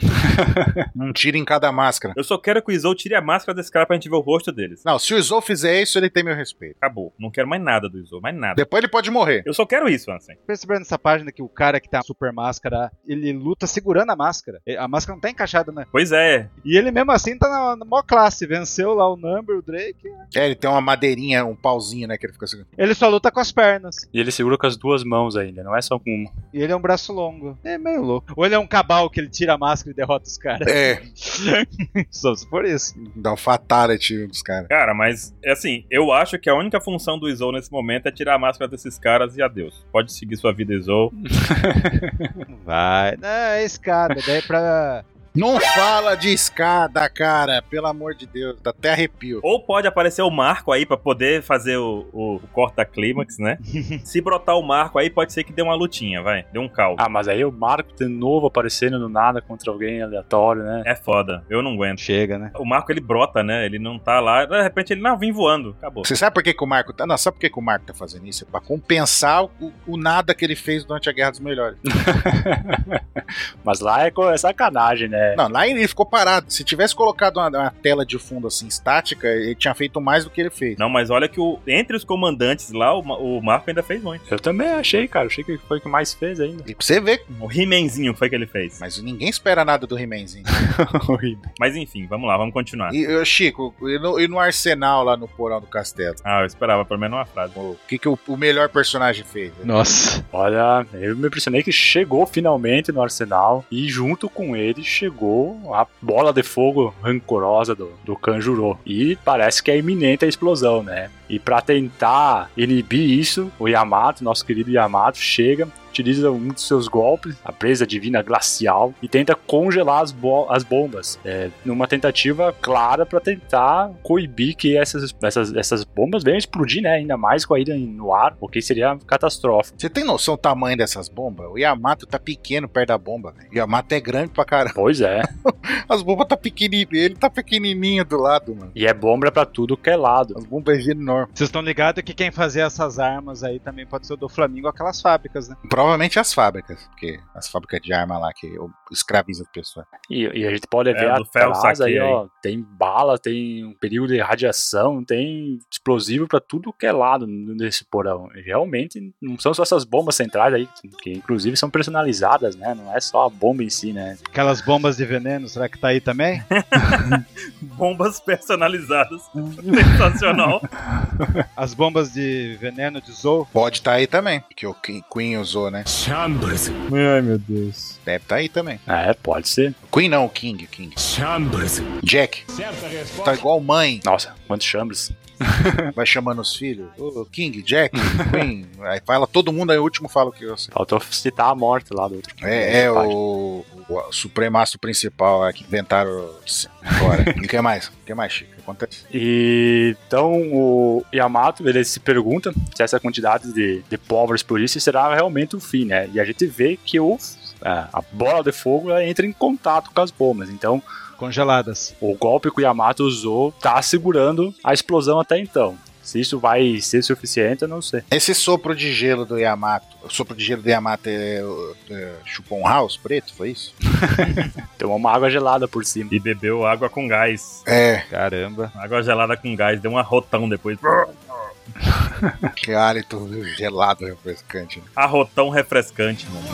S1: Um tiro em cada máscara.
S3: Eu só quero que o Izou tire a máscara desse cara pra gente ver o rosto deles.
S1: Não, se o Izo fizer isso, ele tem meu respeito.
S3: Acabou. Não quero mais nada do Izou, mais nada.
S1: Depois ele pode morrer.
S3: Eu só quero isso, Ansem.
S4: Perceberam nessa página que o cara que tá super máscara, ele luta segurando a máscara. A máscara não tá encaixada, né?
S3: Pois é.
S4: E ele mesmo assim tá na, na maior classe. Venceu lá o Number, o Drake.
S1: É, ele tem uma madeirinha, um pauzinho, né? Que ele fica assim.
S4: Ele só luta com as pernas.
S2: E ele segura com as duas mãos ainda, não é só com uma.
S4: E ele é um braço longo. É meio louco. Ou ele é um cabal que ele tira a máscara e derrota os caras.
S1: É,
S4: só se for isso.
S1: dá um fatality dos caras.
S3: Cara, mas é assim, eu acho que a única função do Izou nesse momento é tirar a máscara desses caras e adeus. Pode seguir sua vida, Izou.
S4: Vai. Não, é escada. Daí pra.
S1: Não fala de escada, cara. Pelo amor de Deus. Dá até arrepio.
S3: Ou pode aparecer o Marco aí pra poder fazer o, o, o corta-clímax, né? Se brotar o Marco aí, pode ser que dê uma lutinha, vai. Dê um caldo.
S2: Ah, mas aí o Marco de novo aparecendo do nada contra alguém aleatório, né?
S3: É foda. Eu não aguento.
S4: Chega, né?
S3: O Marco ele brota, né? Ele não tá lá. De repente ele não vem voando. Acabou.
S1: Você sabe por que, que o Marco tá. Não, sabe por que, que o Marco tá fazendo isso? É pra compensar o, o nada que ele fez durante a Guerra dos Melhores.
S2: Mas lá é, co- é sacanagem, né?
S1: Não, lá ele ficou parado. Se tivesse colocado uma, uma tela de fundo assim estática, ele tinha feito mais do que ele fez.
S3: Não, mas olha que o- entre os comandantes lá, o, Ma- o Marco ainda fez muito.
S2: Eu também achei, cara. Achei que foi o que mais fez ainda.
S1: E pra você ver.
S3: O He-Manzinho foi que ele fez.
S1: Mas ninguém espera nada do He-Manzinho.
S2: Horrível.
S3: Mas enfim, vamos lá, vamos continuar.
S1: E, ô, Chico, e no, e no arsenal lá no porão do castelo?
S3: Ah, eu esperava pelo menos uma frase.
S1: O que, que o, o melhor personagem fez?
S4: Nossa.
S2: Olha, eu me impressionei que chegou finalmente no Arsenal e junto com ele chegou a bola de fogo rancorosa do, do Kanjuro. E parece que é iminente a explosão, né? E pra tentar inibir isso, o Yamato, nosso querido Yamato, chega, utiliza um dos seus golpes, a presa divina glacial, e tenta congelar as, bo- as bombas. É, numa tentativa clara pra tentar coibir que essas, essas, essas bombas venham explodir, né? Ainda mais com a ida no ar, o que seria catastrófico.
S1: Você tem noção do tamanho dessas bombas? O Yamato tá pequeno perto da bomba, velho. O Yamato é grande pra caramba.
S2: Pois é.
S1: As bombas tá pequenininho, ele tá pequenininho do lado, mano.
S2: E é bomba pra tudo que é lado.
S1: As bombas é enormes.
S4: Vocês estão ligados que quem fazia essas armas aí também pode ser o do Flamengo, aquelas fábricas, né?
S1: Provavelmente as fábricas, porque as fábricas de arma lá que escravizam as pessoas.
S2: E, e a gente pode ver
S3: É, do ferro
S2: atrás aí,
S3: saquei aí.
S2: ó. Tem bala, tem um perigo de radiação, tem explosivo pra tudo que é lado n- nesse porão. E realmente, não são só essas bombas centrais aí, que- que inclusive são personalizadas, né? Não é só a bomba em si, né?
S4: Aquelas bombas de veneno, será que tá aí também?
S3: Bombas personalizadas. Sensacional.
S4: As bombas de veneno de Zou.
S1: Pode tá aí também, que o Queen- Queen usou, né?
S5: Chambers,
S3: Ai, meu Deus.
S1: Deve tá aí também.
S2: É, pode ser.
S1: Queen não, o King, o King.
S5: Chambers.
S1: Jack,
S5: Certa
S1: tá
S5: resposta.
S1: igual mãe,
S2: Nossa, quantos chambres.
S1: vai chamando os filhos. Ô, King, Jack, Queen. Aí fala todo mundo, aí o último fala o que eu sei.
S2: Faltou citar a morte lá do outro.
S1: É, é
S2: do outro
S1: o, o supremaço principal é, que inventaram agora. E o que mais? O que mais, Chico? Acontece.
S2: E então o Yamato ele se pergunta se essa quantidade de, de pobres por isso será realmente o fim, né? E a gente vê que o, é, a a bola de fogo ela entra em contato com as bombas. Então
S4: Congeladas.
S2: o golpe que o Yamato usou tá segurando a explosão até então. Se isso vai ser suficiente, eu não sei.
S1: Esse sopro de gelo do Yamato, o sopro de gelo do Yamato é, é Chupon House preto, foi isso?
S2: Tem uma água gelada por cima.
S3: E bebeu água com gás.
S1: É,
S4: Caramba.
S3: Água gelada com gás, deu um arrotão depois.
S1: que é hálito gelado refrescante. né?
S3: Arrotão refrescante, mano.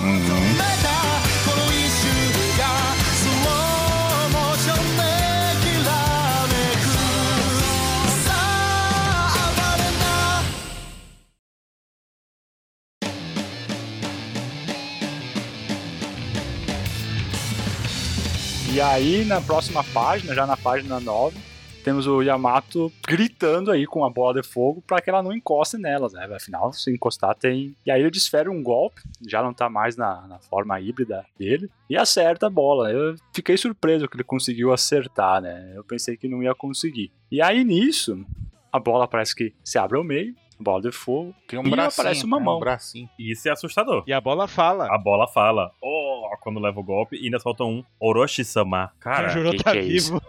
S2: E aí, na próxima página, já na página 9, temos o Yamato gritando aí com a bola de fogo pra que ela não encoste nelas, né? Afinal, se encostar tem. E aí ele desfere um golpe, já não tá mais na, na forma híbrida dele, e acerta a bola. Eu fiquei surpreso que ele conseguiu acertar, né? Eu pensei que não ia conseguir. E aí nisso, a bola parece que se abre ao meio, bola de fogo,
S1: Tem
S2: Ih, aparece uma
S1: né?
S2: mão.
S1: Um bracinho.
S3: E isso é assustador.
S4: E a bola fala.
S2: Ah,
S3: A bola fala, oh, quando leva o golpe, e ainda solta um Orochi-sama. Cara,
S4: Kanjuro
S2: que
S4: tá
S2: que é isso?
S4: vivo.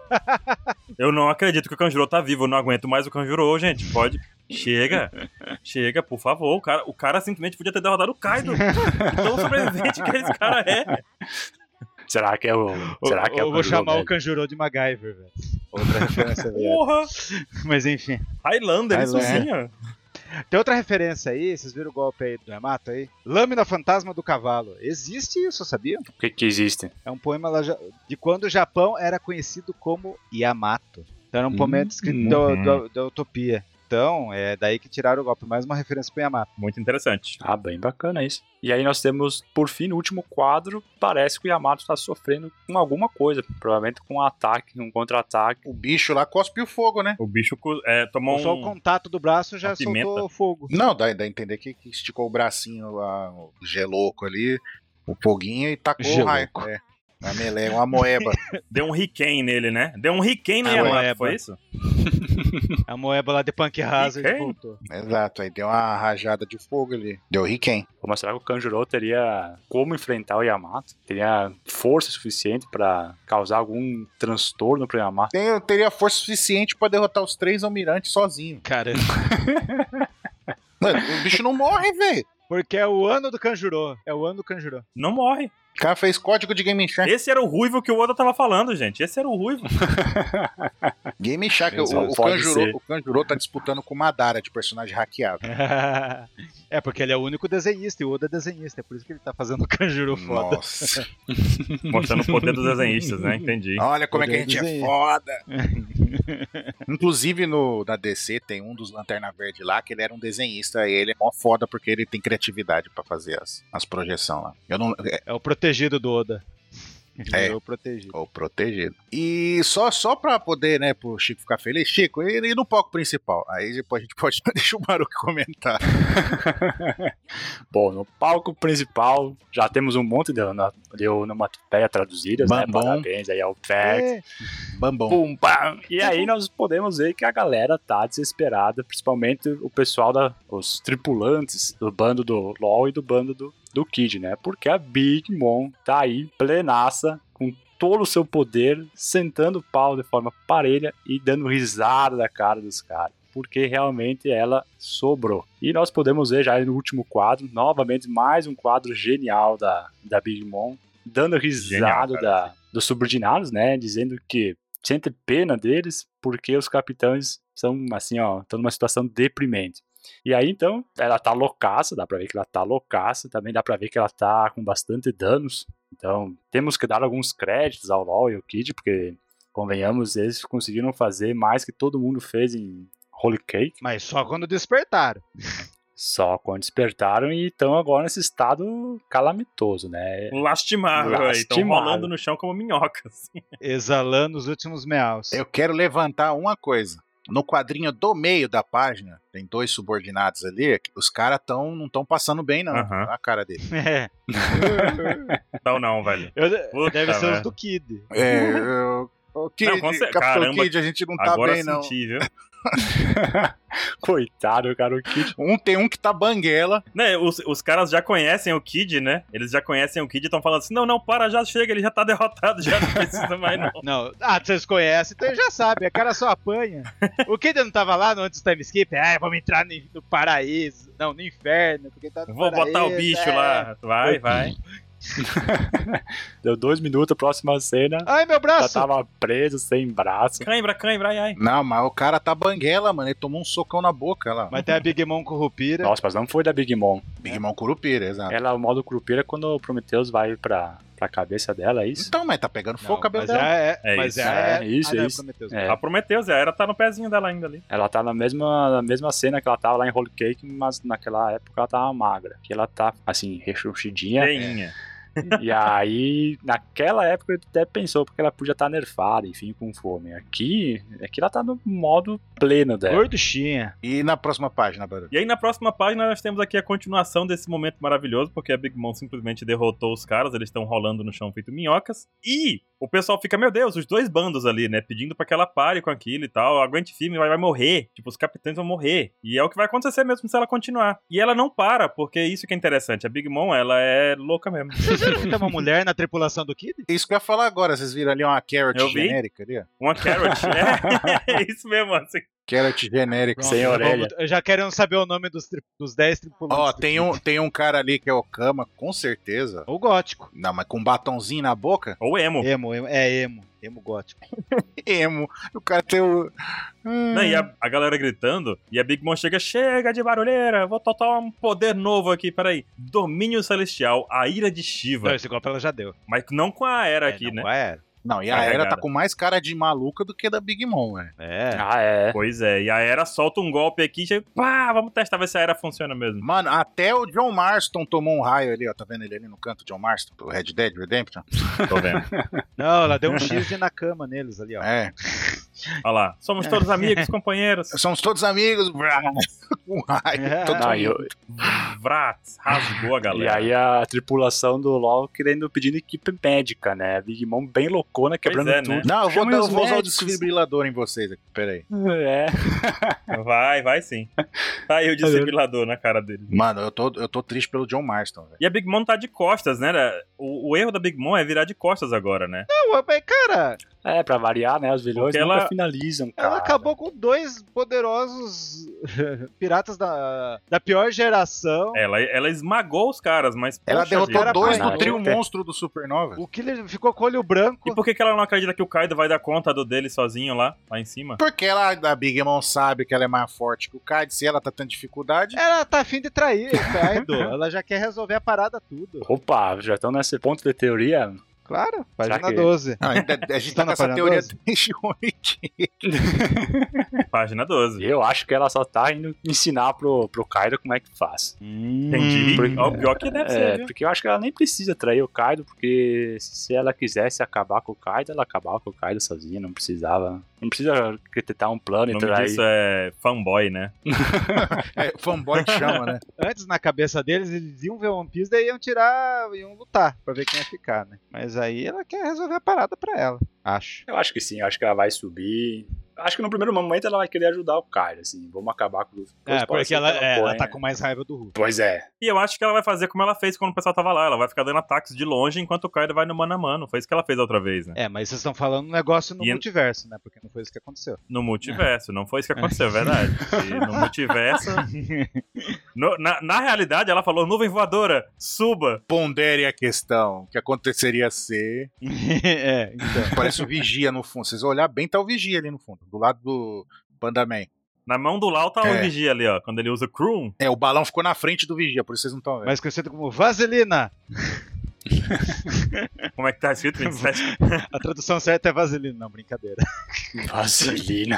S3: eu não acredito que o Kanjuro tá vivo, eu não aguento mais o Kanjuro, gente. Pode. Chega, chega, por favor. O cara, o cara simplesmente podia ter derrotado o Kaido. Tão sobrevivente que esse cara é.
S2: Será que é o. Será que é
S4: eu
S2: o
S4: vou
S2: Kanjuro Tá
S4: chamar o Kanjuro de MacGyver, velho. É.
S1: Outra chance, velho.
S3: Porra!
S4: Mas enfim.
S3: Highlander, isso
S1: Highlander.
S3: sim, ó.
S4: Tem outra referência aí, vocês viram o golpe aí do Yamato aí? Lâmina Fantasma do Cavalo. Existe isso, sabia?
S2: O que que existe?
S4: É um poema lá ja- de quando o Japão era conhecido como Yamato. Então era um
S2: Hum,
S4: poema escrito da, da- da utopia. Então, é daí que tiraram o golpe. Mais uma referência pro Yamato.
S3: Muito interessante.
S2: Ah, bem bacana isso. E aí nós temos, por fim, no último quadro, parece que o Yamato está sofrendo com alguma coisa. Provavelmente com um ataque, um contra-ataque.
S1: O bicho lá cospe o fogo, né?
S3: O bicho co- é, tomou
S4: Só o
S3: um.
S4: contato do braço já
S3: a pimenta.
S4: soltou fogo.
S1: Não, dá, dá a entender que, que esticou o bracinho lá, o geloco ali, o foguinho e tacou o raio.
S4: Geloco.
S1: É. Uma meleia, uma moeba.
S3: Deu um riquém nele, né? Deu um riquém no
S4: Ah,
S3: Yamato,
S4: ué,
S3: foi
S4: é,
S3: isso?
S4: A moeba lá de Punk Hazard
S3: Quem?
S4: voltou.
S1: Exato, aí deu uma rajada de fogo ali. Deu Riken.
S2: Pô, Mas será que o Kanjuro teria como enfrentar o Yamato? Teria força suficiente para causar algum transtorno pro Yamato?
S1: Tem- Eu teria força suficiente pra derrotar os três almirantes sozinho.
S4: Caramba.
S1: Mano, o bicho não morre, velho.
S4: Porque é o ano do Kanjuro. É o ano do Kanjuro.
S3: Não morre.
S1: O cara fez código de Game Shark.
S3: Esse era o ruivo que o Oda tava falando, gente. Esse era o ruivo.
S1: Game Shark, o,
S2: Exato,
S1: o,
S2: pode
S1: Kanjuro,
S2: ser.
S1: o Kanjuro tá disputando com o Madara de personagem hackeado.
S4: é porque ele é o único desenhista e o Oda é desenhista. É por isso que ele tá fazendo o Kanjuro foda.
S1: Nossa.
S3: Mostrando o poder dos desenhistas, né? Entendi.
S1: Olha como é que a
S4: Poder
S1: gente é
S4: desenho.
S1: foda. Inclusive no, na DC tem um dos Lanterna Verde lá que ele era um desenhista e ele é mó foda porque ele tem criatividade pra fazer as, as projeções lá. Eu não,
S4: É o protegido do Oda.
S1: É.
S4: o protegido.
S1: Ou protegido. E só, só pra poder, né, pro Chico ficar feliz, Chico, e, e no palco principal? Aí depois a gente pode deixa o Maruco comentar.
S2: Bom, no palco principal já temos um monte de, na- de onomatopeia traduzidas, né?
S1: Bambam.
S2: Parabéns aí ao Fex.
S4: É,
S1: Bambom.
S2: Pum, pam. E aí nós podemos ver que a galera tá desesperada, principalmente o pessoal da os tripulantes do bando do LoL e do bando do, do Kid, né? Porque a Big Mom tá aí plenaça com todo o seu poder, sentando o pau de forma parelha e dando risada da cara dos caras. Porque realmente ela sobrou. E nós podemos ver já no último quadro, novamente, mais um quadro genial da, da Big Mom, dando
S3: Genial,
S2: risada
S3: cara.
S2: da, dos subordinados, né? Dizendo que sente pena deles porque os capitães são assim, ó, estão numa situação deprimente. E aí então, ela tá loucaça, dá pra ver que ela tá loucaça, também dá pra ver que ela tá com bastante danos. Então, temos que dar alguns créditos ao LoL e ao Kid, porque convenhamos, eles conseguiram fazer mais que todo mundo fez em Holy Cake,
S4: mas só quando despertaram.
S2: só quando despertaram e estão agora nesse estado calamitoso, né?
S3: Lastimável, aí. Estão
S2: Lastimável.
S3: rolando no chão como minhocas.
S4: Exalando os últimos meaus.
S1: Eu quero levantar uma coisa. No quadrinho do meio da página, tem dois subordinados ali, que os caras tão, não estão passando bem, não.
S3: Aham.
S1: A cara dele.
S4: É.
S3: Não, Então não, velho.
S4: Eu-
S3: Puta
S4: deve ser os
S3: merda.
S4: do Kid.
S1: É, eu, o Kid,
S3: Não, com cer-
S1: Capitão
S3: caramba,
S1: Kid, a gente não tá
S3: Agora
S1: bem, não.
S3: senti, viu?
S2: Coitado, cara, o Kid
S1: Um tem um que tá banguela.
S3: Né, os, os caras já conhecem o Kid, né? Eles já conhecem o Kid e estão falando assim: não, não, para, já chega, ele já tá derrotado, já não precisa mais, não.
S4: Não, ah, vocês conhecem, então já sabe, a cara só apanha. O Kid não tava lá no antes do time skip? Ah, vamos entrar no, no paraíso. Não, no inferno. Porque tá no
S3: Vou botar o
S4: paraíso,
S3: bicho
S4: é.
S3: lá. Vai, vai.
S2: deu dois minutos, próxima cena,
S4: Ai, meu
S2: já
S4: braço!
S2: tava preso, sem braço.
S3: Cãibra, cãibra, ai, ai.
S1: Não, mas o cara tá banguela, mano. Ele tomou um socão na boca lá.
S4: Mas tem a Big Mom Currupira.
S2: Nossa, mas não foi da Big Mom.
S1: Big Mom Curupira, exato.
S2: Ela, o modo curupira é quando o Prometheus vai pra, pra cabeça dela, é isso?
S1: Então, mas tá pegando fogo o cabelo
S4: mas
S1: dela.
S4: É, é,
S3: É
S4: mas
S3: isso.
S4: é,
S2: É, isso,
S4: ah, não,
S2: é isso.
S4: Prometheus.
S2: É,
S3: A Prometheus, a era tá no pezinho dela ainda ali.
S2: ela tá na mesma, na mesma cena que ela tava lá em Holy Cake, mas naquela época ela tava magra. Que ela tá, assim, rechuchidinha.
S3: Cheinha.
S2: e aí, naquela época, ele até pensou, porque ela podia estar nerfada, enfim, com fome. Aqui, aqui ela tá no modo pleno dela.
S4: Gorduchinha.
S1: E na próxima página, Baru?
S3: E aí na próxima página nós temos aqui a continuação desse momento maravilhoso, porque a Big Mom simplesmente derrotou os caras, eles estão rolando no chão feito minhocas. E o pessoal fica, meu Deus, os dois bandos ali, né? Pedindo pra que ela pare com aquilo e tal. Aguente firme, vai, vai morrer. Tipo, os capitães vão morrer. E é o que vai acontecer mesmo se ela continuar. E ela não para, porque isso que é interessante. A Big Mom, ela é louca mesmo.
S4: Vocês viram que tem uma mulher na tripulação do Kid?
S1: Isso que eu ia falar agora. Vocês viram ali uma carrot
S3: Eu vi.
S1: genérica ali, ó.
S3: Uma carrot. É, é isso mesmo, assim.
S1: Carrot genérica.
S2: Sem orelha.
S4: Eu já quero saber o nome dos, tri- dos 10 tripulantes.
S1: Ó,
S4: do
S1: tem
S4: Kid.
S1: um, tem um cara ali que é o Kama, com certeza.
S4: O gótico.
S1: Não, mas com um batonzinho na boca.
S3: Ou emo.
S4: Emo, emo, é emo. Emo gótico.
S1: Emo. O Hum. cara tem o.
S3: Não, e a, a galera gritando, e a Big Mom chega, chega de barulheira, vou totar um poder novo aqui, peraí. Domínio Celestial, a ira de Shiva.
S4: Não, esse golpe ela já deu.
S3: Mas não com a era aqui,
S4: é,
S3: né?
S4: não É,
S1: Não, e a
S3: Carregada.
S1: Era tá com mais cara de maluca do que da Big Mom, velho.
S4: é.
S2: Ah, é.
S3: Pois é, e a era solta um golpe aqui e já, pá, vamos testar ver se a era funciona mesmo.
S1: Mano, até o John Marston tomou um raio ali, ó. Tá vendo ele ali no canto, John Marston, do Red Dead Redemption?
S3: Tô vendo.
S4: Não, ela deu um X de na cama neles ali, ó.
S1: É.
S3: Olha lá.
S2: É.
S3: Somos todos amigos, companheiros.
S1: Somos todos amigos, brá. Um raio. Todo
S2: Não, e, o-
S3: Vrat, rasgou a
S2: e
S3: galera.
S2: aí a tripulação do LOL querendo pedindo equipe médica, né? A Big Mom bem loucona, quebrando
S3: é, né?
S2: tudo.
S1: Não, eu vou,
S2: Chamem
S1: dar- eu
S2: os
S1: vou usar o
S2: médicos.
S1: desfibrilador em vocês aqui. Pera aí.
S2: É.
S3: Vai, vai sim. Tá aí o desfibrilador na cara dele.
S1: Mano, eu tô, eu tô triste pelo John Marston, velho.
S3: E a Big Mom tá de costas, né? O, o erro da Big Mom é virar de costas agora, né?
S4: Não, mas, cara,
S2: É, pra variar, né? Os vilões
S3: Porque
S2: nunca
S3: ela-
S2: finalizam, cara.
S4: ela acabou com dois poderosos piratas da, da pior geração.
S3: Ela, ela esmagou os caras, mas.
S1: Ela
S3: poxa
S1: derrotou
S3: vida.
S4: cara,
S1: dois
S2: pai,
S1: do
S2: né?
S1: trio
S2: É.
S1: monstro do Supernova.
S4: O Killer ficou com o olho branco.
S3: E por que, que ela não acredita que o Kaido vai dar conta do dele sozinho lá, lá em cima?
S1: Porque ela, a Big Mom sabe que ela é mais forte que o Card, se ela tá tendo dificuldade.
S4: Ela tá afim de trair o Kaido. ela já quer resolver a parada tudo.
S2: Opa, já estão nesse ponto de teoria.
S4: Claro, página
S2: que-
S4: 12.
S1: Não, ainda- a gente
S4: Tá
S1: tá
S4: na
S1: nessa
S4: página
S1: teoria
S4: 12?
S1: desde ontem.
S3: Página 12.
S2: Eu acho que ela só tá indo ensinar pro, pro Kaido como é que faz.
S3: Entendi.
S2: porque-
S3: Hum, Ó, o pior que deve ser,
S2: É,
S3: viu?
S2: porque eu acho que ela nem precisa trair o Kaido, porque se ela quisesse acabar com o Kaido, ela acabava com o Kaido sozinha, não precisava. Não precisa arquitetar um plano
S3: O
S2: e
S3: nome
S2: trair.
S3: disso é fanboy, né?
S1: É, fanboy que chama, né?
S4: Antes, na cabeça deles, eles iam ver One Piece, daí iam tirar, iam lutar pra ver quem ia ficar, né? Mas aí ela quer resolver a parada pra ela, acho.
S2: Eu acho que sim, eu acho que ela vai subir. Acho que no primeiro momento ela vai querer ajudar o Kaido, assim, vamos acabar com o
S4: É, porque ela, é, ela tá
S2: com...
S4: com mais raiva do Hulk.
S2: né? Pois é.
S3: E eu acho que ela vai fazer como ela fez quando o pessoal tava lá. Ela vai ficar dando ataques de longe enquanto o Kaido vai no mano a mano. Foi isso que ela fez a outra vez, né?
S4: É, mas vocês estão falando um negócio no
S3: E-
S4: multiverso, né? Porque não foi isso que aconteceu.
S3: No multiverso, não foi isso que aconteceu, é verdade. E no multiverso. No- na, na realidade, ela falou: nuvem voadora, suba.
S1: Pondere a questão. O que aconteceria se.
S4: é, então.
S1: Parece o Vigia no fundo. Vocês vão olhar bem, tá o Vigia ali no fundo, do lado do Pandaman.
S3: Na mão do Lau tá o
S1: É.
S3: vigia ali, ó. Quando ele usa o Croom.
S1: É, o balão ficou na frente do Vigia, por isso vocês não estão vendo.
S4: Mas é conhecido como Vaselina.
S3: Como é que tá escrito? 27.
S4: A tradução certa é Vaselina, não, brincadeira.
S2: Vaselina.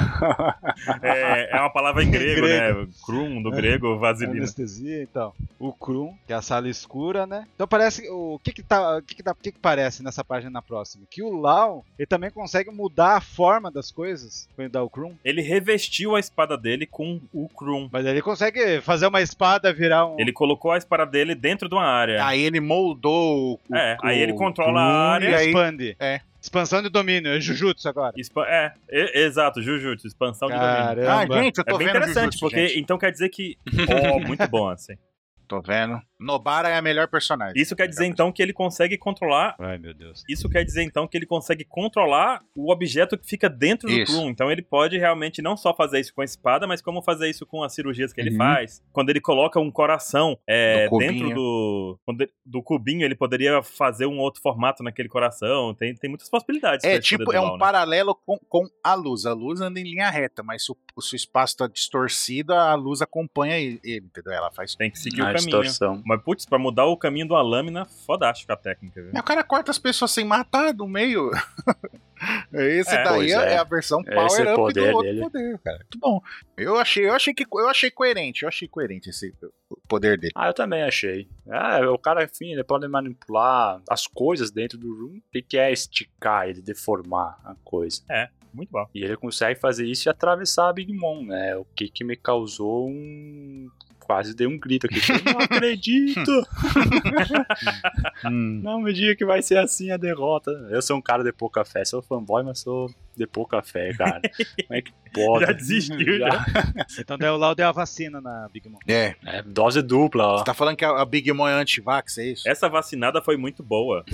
S3: É, é uma palavra em grego,
S4: Grego.
S3: né? Croom, do grego, vaselina.
S4: Anestesia, então. O Krum, que é a sala escura, né? Então parece. O que que, tá, o que, que, dá, o que, que parece nessa página na próxima? Que o Lau, ele também consegue mudar a forma das coisas quando dá o Krum.
S3: Ele revestiu a espada dele com o Croom.
S4: Mas ele consegue fazer uma espada virar um.
S3: Ele colocou a espada dele dentro de uma área.
S1: Aí ele moldou o.
S3: É,
S1: o-
S3: aí ele
S1: o-
S3: controla a área.
S1: e aí-
S4: expande.
S1: é.
S4: Expansão de domínio, é Jujutsu agora.
S3: Expa- É, e- exato, Jujutsu, expansão de domínio.
S1: Ah,
S4: Caramba.
S1: gente, eu tô
S3: É bem
S1: vendo.
S3: interessante,
S1: Jujutsu,
S3: porque
S1: gente.
S3: então quer dizer que. Oh, muito bom, assim.
S1: Tô vendo. Nobara é a melhor personagem.
S3: Isso quer dizer
S1: Melhor
S3: então que ele consegue controlar.
S4: Ai, meu Deus.
S3: Isso quer dizer então que ele consegue controlar o objeto que fica dentro
S1: Isso.
S3: do Krum. Então ele pode realmente não só fazer isso com a espada, mas como fazer isso com as cirurgias que ele
S1: Uhum.
S3: faz. Quando ele coloca um coração é,
S1: Do cubinho.
S3: dentro do, quando ele- do cubinho, ele poderia fazer um outro formato naquele coração. Tem, tem muitas possibilidades. pra
S1: É
S3: esse
S1: tipo,
S3: poder
S1: é
S3: do
S1: um
S3: mal, né?
S1: paralelo com, com a luz. A luz anda em linha reta, mas se o, se o espaço tá distorcido, a luz acompanha ele, entendeu? Ela faz.
S3: Tem que seguir
S1: Ah,
S2: Na
S3: o caminho.
S2: distorção.
S3: Mas, putz, pra mudar o caminho de uma lâmina, fodástico a técnica, viu?
S1: É, O cara corta as pessoas sem matar do meio. Esse
S3: É,
S1: daí
S2: pois
S1: é.
S2: é.
S1: a versão
S2: Esse
S1: power up
S2: poder
S1: do outro
S2: dele.
S1: poder, cara. Muito bom. Eu achei, eu achei que eu achei coerente, eu achei coerente esse o poder dele.
S2: Ah, eu também achei. É, o cara, enfim, ele pode manipular as coisas dentro do room. O que que é esticar ele, deformar a coisa?
S3: Muito bom.
S2: E ele consegue fazer isso e atravessar a Big Mom, né? O que que me causou um... Quase dei um grito aqui. Eu não acredito! não me diga que vai ser assim a derrota. Eu sou um cara de pouca fé. Sou fanboy, mas sou de pouca fé, cara. Como é que pode?
S3: Já desistiu, já.
S4: Então daí o Lau deu a vacina na Big Mom.
S1: É,
S2: É, dose dupla, ó.
S1: você tá falando que a, a Big Mom é anti-vax, é isso?
S3: Essa vacinada foi muito boa.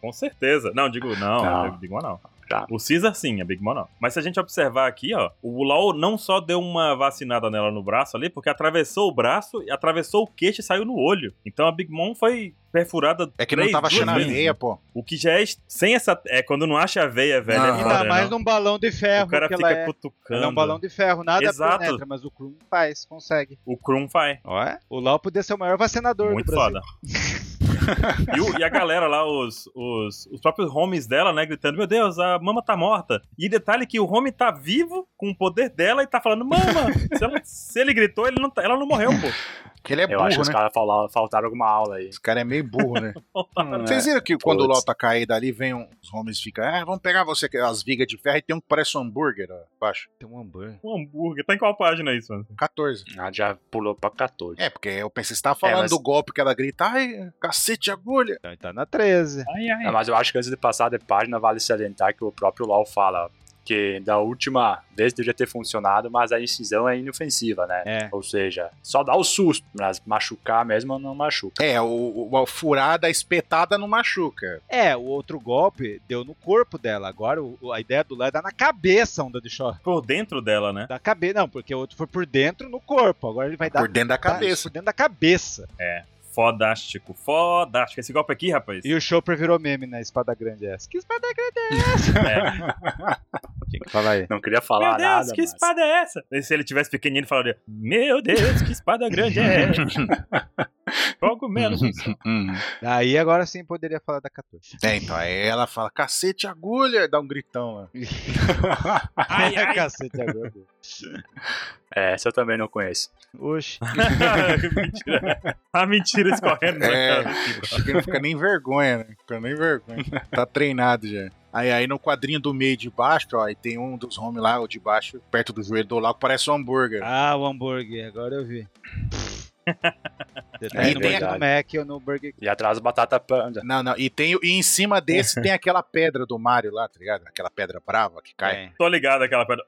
S3: Com certeza. Não, digo não.
S2: Não.
S3: eu Digo não.
S2: Tá.
S3: O Caesar sim, a Big Mom não. Mas se a gente observar aqui, ó, o LOL não só deu uma vacinada nela no braço ali, porque atravessou o braço, atravessou o queixo e saiu no olho. Então a Big Mom foi perfurada
S1: É que
S3: três,
S1: não tava
S3: duas
S1: achando a
S3: vezes.
S1: veia, pô.
S3: O que já é est- sem essa é quando não acha a veia, velho,
S1: Não.
S3: é
S1: Ainda
S3: foda,
S4: Ainda mais
S3: não.
S4: num balão de
S3: O
S4: ferro.
S3: cara
S4: que
S3: fica
S4: ela é.
S3: cutucando.
S4: Ela é um balão de ferro, nada
S3: Exato.
S4: penetra, mas o Krum faz, consegue.
S3: O Krum faz.
S4: O Lau podia ser o maior vacinador
S3: Muito
S4: do Brasil.
S3: foda. e, o- e a galera lá, os, os, os próprios homies dela, né, gritando: Meu Deus, a mama tá morta. E detalhe que o homie tá vivo com o poder dela e tá falando: Mama, se, ela- se ele gritou, ele não, tá- ela não morreu, pô.
S1: Que ele é
S2: Eu
S1: burro,
S2: acho que os
S1: né?
S2: caras fala- faltaram alguma aula aí.
S1: Esse cara é meio burro, né?
S2: Hum,
S1: Vocês viram que quando o
S2: Putz.
S1: LOL tá caído ali, vem um- os homens e ficam, ah, vamos pegar você, as vigas de ferro, e tem um que parece um hambúrguer, ó, embaixo.
S4: Tem um hambúrguer.
S3: Um hambúrguer. Tá em qual página isso, mano?
S1: 14.
S2: Ah, já pulou pra 14.
S1: É, porque eu pensei, você tava falando
S2: mas-
S1: do golpe que ela grita, ai, cacete, agulha.
S4: Então ele tá na 13.
S3: Ai, ai.
S2: Não, É, mas eu acho que antes de passar de página, vale salientar que o próprio LOL fala que da última vez deveria ter funcionado, mas a incisão é inofensiva, né?
S4: É.
S2: Ou seja, só dá o susto, mas machucar mesmo não machuca.
S1: É, o, o- a furada, a espetada não machuca.
S4: É, o outro golpe deu no corpo dela. Agora o- o- a ideia do Lau é dar na cabeça um de choque.
S3: Por dentro dela, né?
S4: Da cabeça. Não, porque o outro foi por dentro no corpo. Agora ele vai dar
S1: por dentro da
S4: tá-
S1: cabeça.
S4: por dentro da cabeça.
S3: Fodástico, fodástico. Esse golpe aqui, rapaz.
S4: E o Chopper virou meme na espada grande essa. Que espada grande é essa?
S3: É.
S4: Tinha que falar aí.
S2: Não queria
S3: Meu
S2: falar
S3: Deus,
S2: nada.
S3: que
S2: mas-
S3: espada é essa? E se ele tivesse pequenininho, ele falaria: Meu Deus, que espada grande é essa? Pouco menos.
S1: Uhum.
S4: Aí agora sim poderia falar da 14.
S1: É, então, aí ela fala, cacete, agulha, dá um gritão lá.
S3: Ai, ai.
S4: Cacete agora. meu.
S2: É, essa eu também não conheço.
S4: Oxi.
S3: mentira. A mentira escorrendo na
S1: É.
S3: cara do Kibra.
S1: Acho que não fica nem vergonha, né? Fica nem vergonha. Tá treinado já. Aí, aí no quadrinho do meio de baixo, ó, aí tem um dos homens lá, o de baixo, perto do joelho do Lau, que parece um hambúrguer.
S4: Ah, o hambúrguer. Agora eu vi.
S1: É
S4: Detalhe não tem no
S2: verdade.
S4: Mac ou no Burger King.
S2: E atrás batata panda.
S1: Não, não. E, tem, e em cima desse tem aquela pedra do Mario lá, tá ligado? Aquela pedra brava que cai.
S4: Tem.
S3: Tô ligado aquela pedra.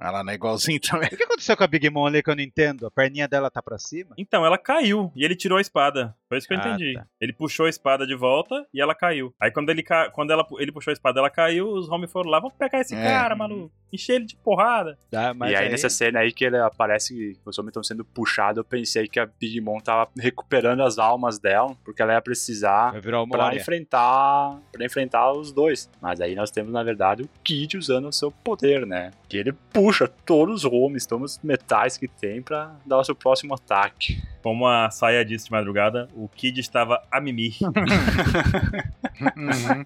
S1: Ah, lá não é igualzinho também.
S4: O que aconteceu com a Big Mom ali que eu não entendo? A perninha dela tá pra cima?
S3: Então, ela caiu e ele tirou a espada. Foi isso que eu
S4: Ah,
S3: entendi.
S4: tá.
S3: Ele puxou a espada de volta e ela caiu. Aí quando ele, ca... quando ela... ele puxou a espada, ela caiu, os homens foram lá, vamos pegar esse
S1: É.
S3: cara, maluco. Encher ele de porrada.
S4: Tá, mas
S2: e aí, nessa cena aí que ele aparece que os homens estão sendo puxados, eu pensei que a Big Mom tava recuperando as almas dela, porque ela ia precisar
S4: Vai virar o
S2: pra
S4: Moria.
S2: enfrentar, pra enfrentar os dois. Mas aí nós temos, na verdade, o Kid usando o seu poder, né? Que ele puxa todos os homens, todos os metais que tem pra dar o seu próximo ataque.
S3: Como a saia disse de madrugada, o Kid estava a mimir.
S1: Uhum.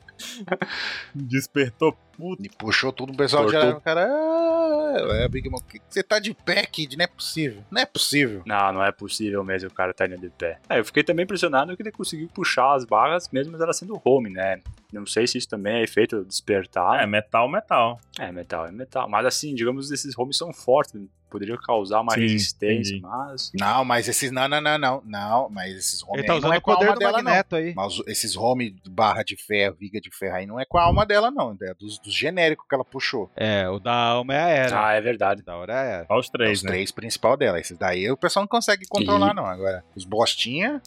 S3: Despertou puto.
S1: E puxou tudo, o pessoal já. O cara. Ah, é, Big Mom, que que você tá de pé, Kid? Não é possível. Não é possível.
S2: Não, não é possível mesmo o cara tá indo de pé. É, eu fiquei também impressionado que ele conseguiu puxar as barras, mesmo ela sendo home, né? Não sei se isso também é efeito despertar.
S3: É, metal, metal.
S2: É, metal, é metal. Mas assim, digamos, esses homes são fortes. né? Poderiam causar uma
S3: Sim,
S2: resistência,
S3: entendi.
S2: mas.
S1: Não, mas esses. Não, não, não, não. Não, mas esses homens
S4: Ele tá
S1: aí não
S4: usando
S1: é
S4: o
S1: com a
S4: poder
S1: alma
S4: do
S1: dela, não.
S4: Magneto aí.
S1: Mas esses home barra de ferro, viga de ferro aí não é com a alma dela, não. É dos, dos genéricos que ela puxou.
S4: É, o da alma é a era.
S2: Ah, é verdade.
S4: Da hora é a era.
S3: Olha os
S1: É
S3: três,
S1: os
S3: né?
S1: três principal dela. Esses daí o pessoal não consegue controlar, não. Agora, os bostinha.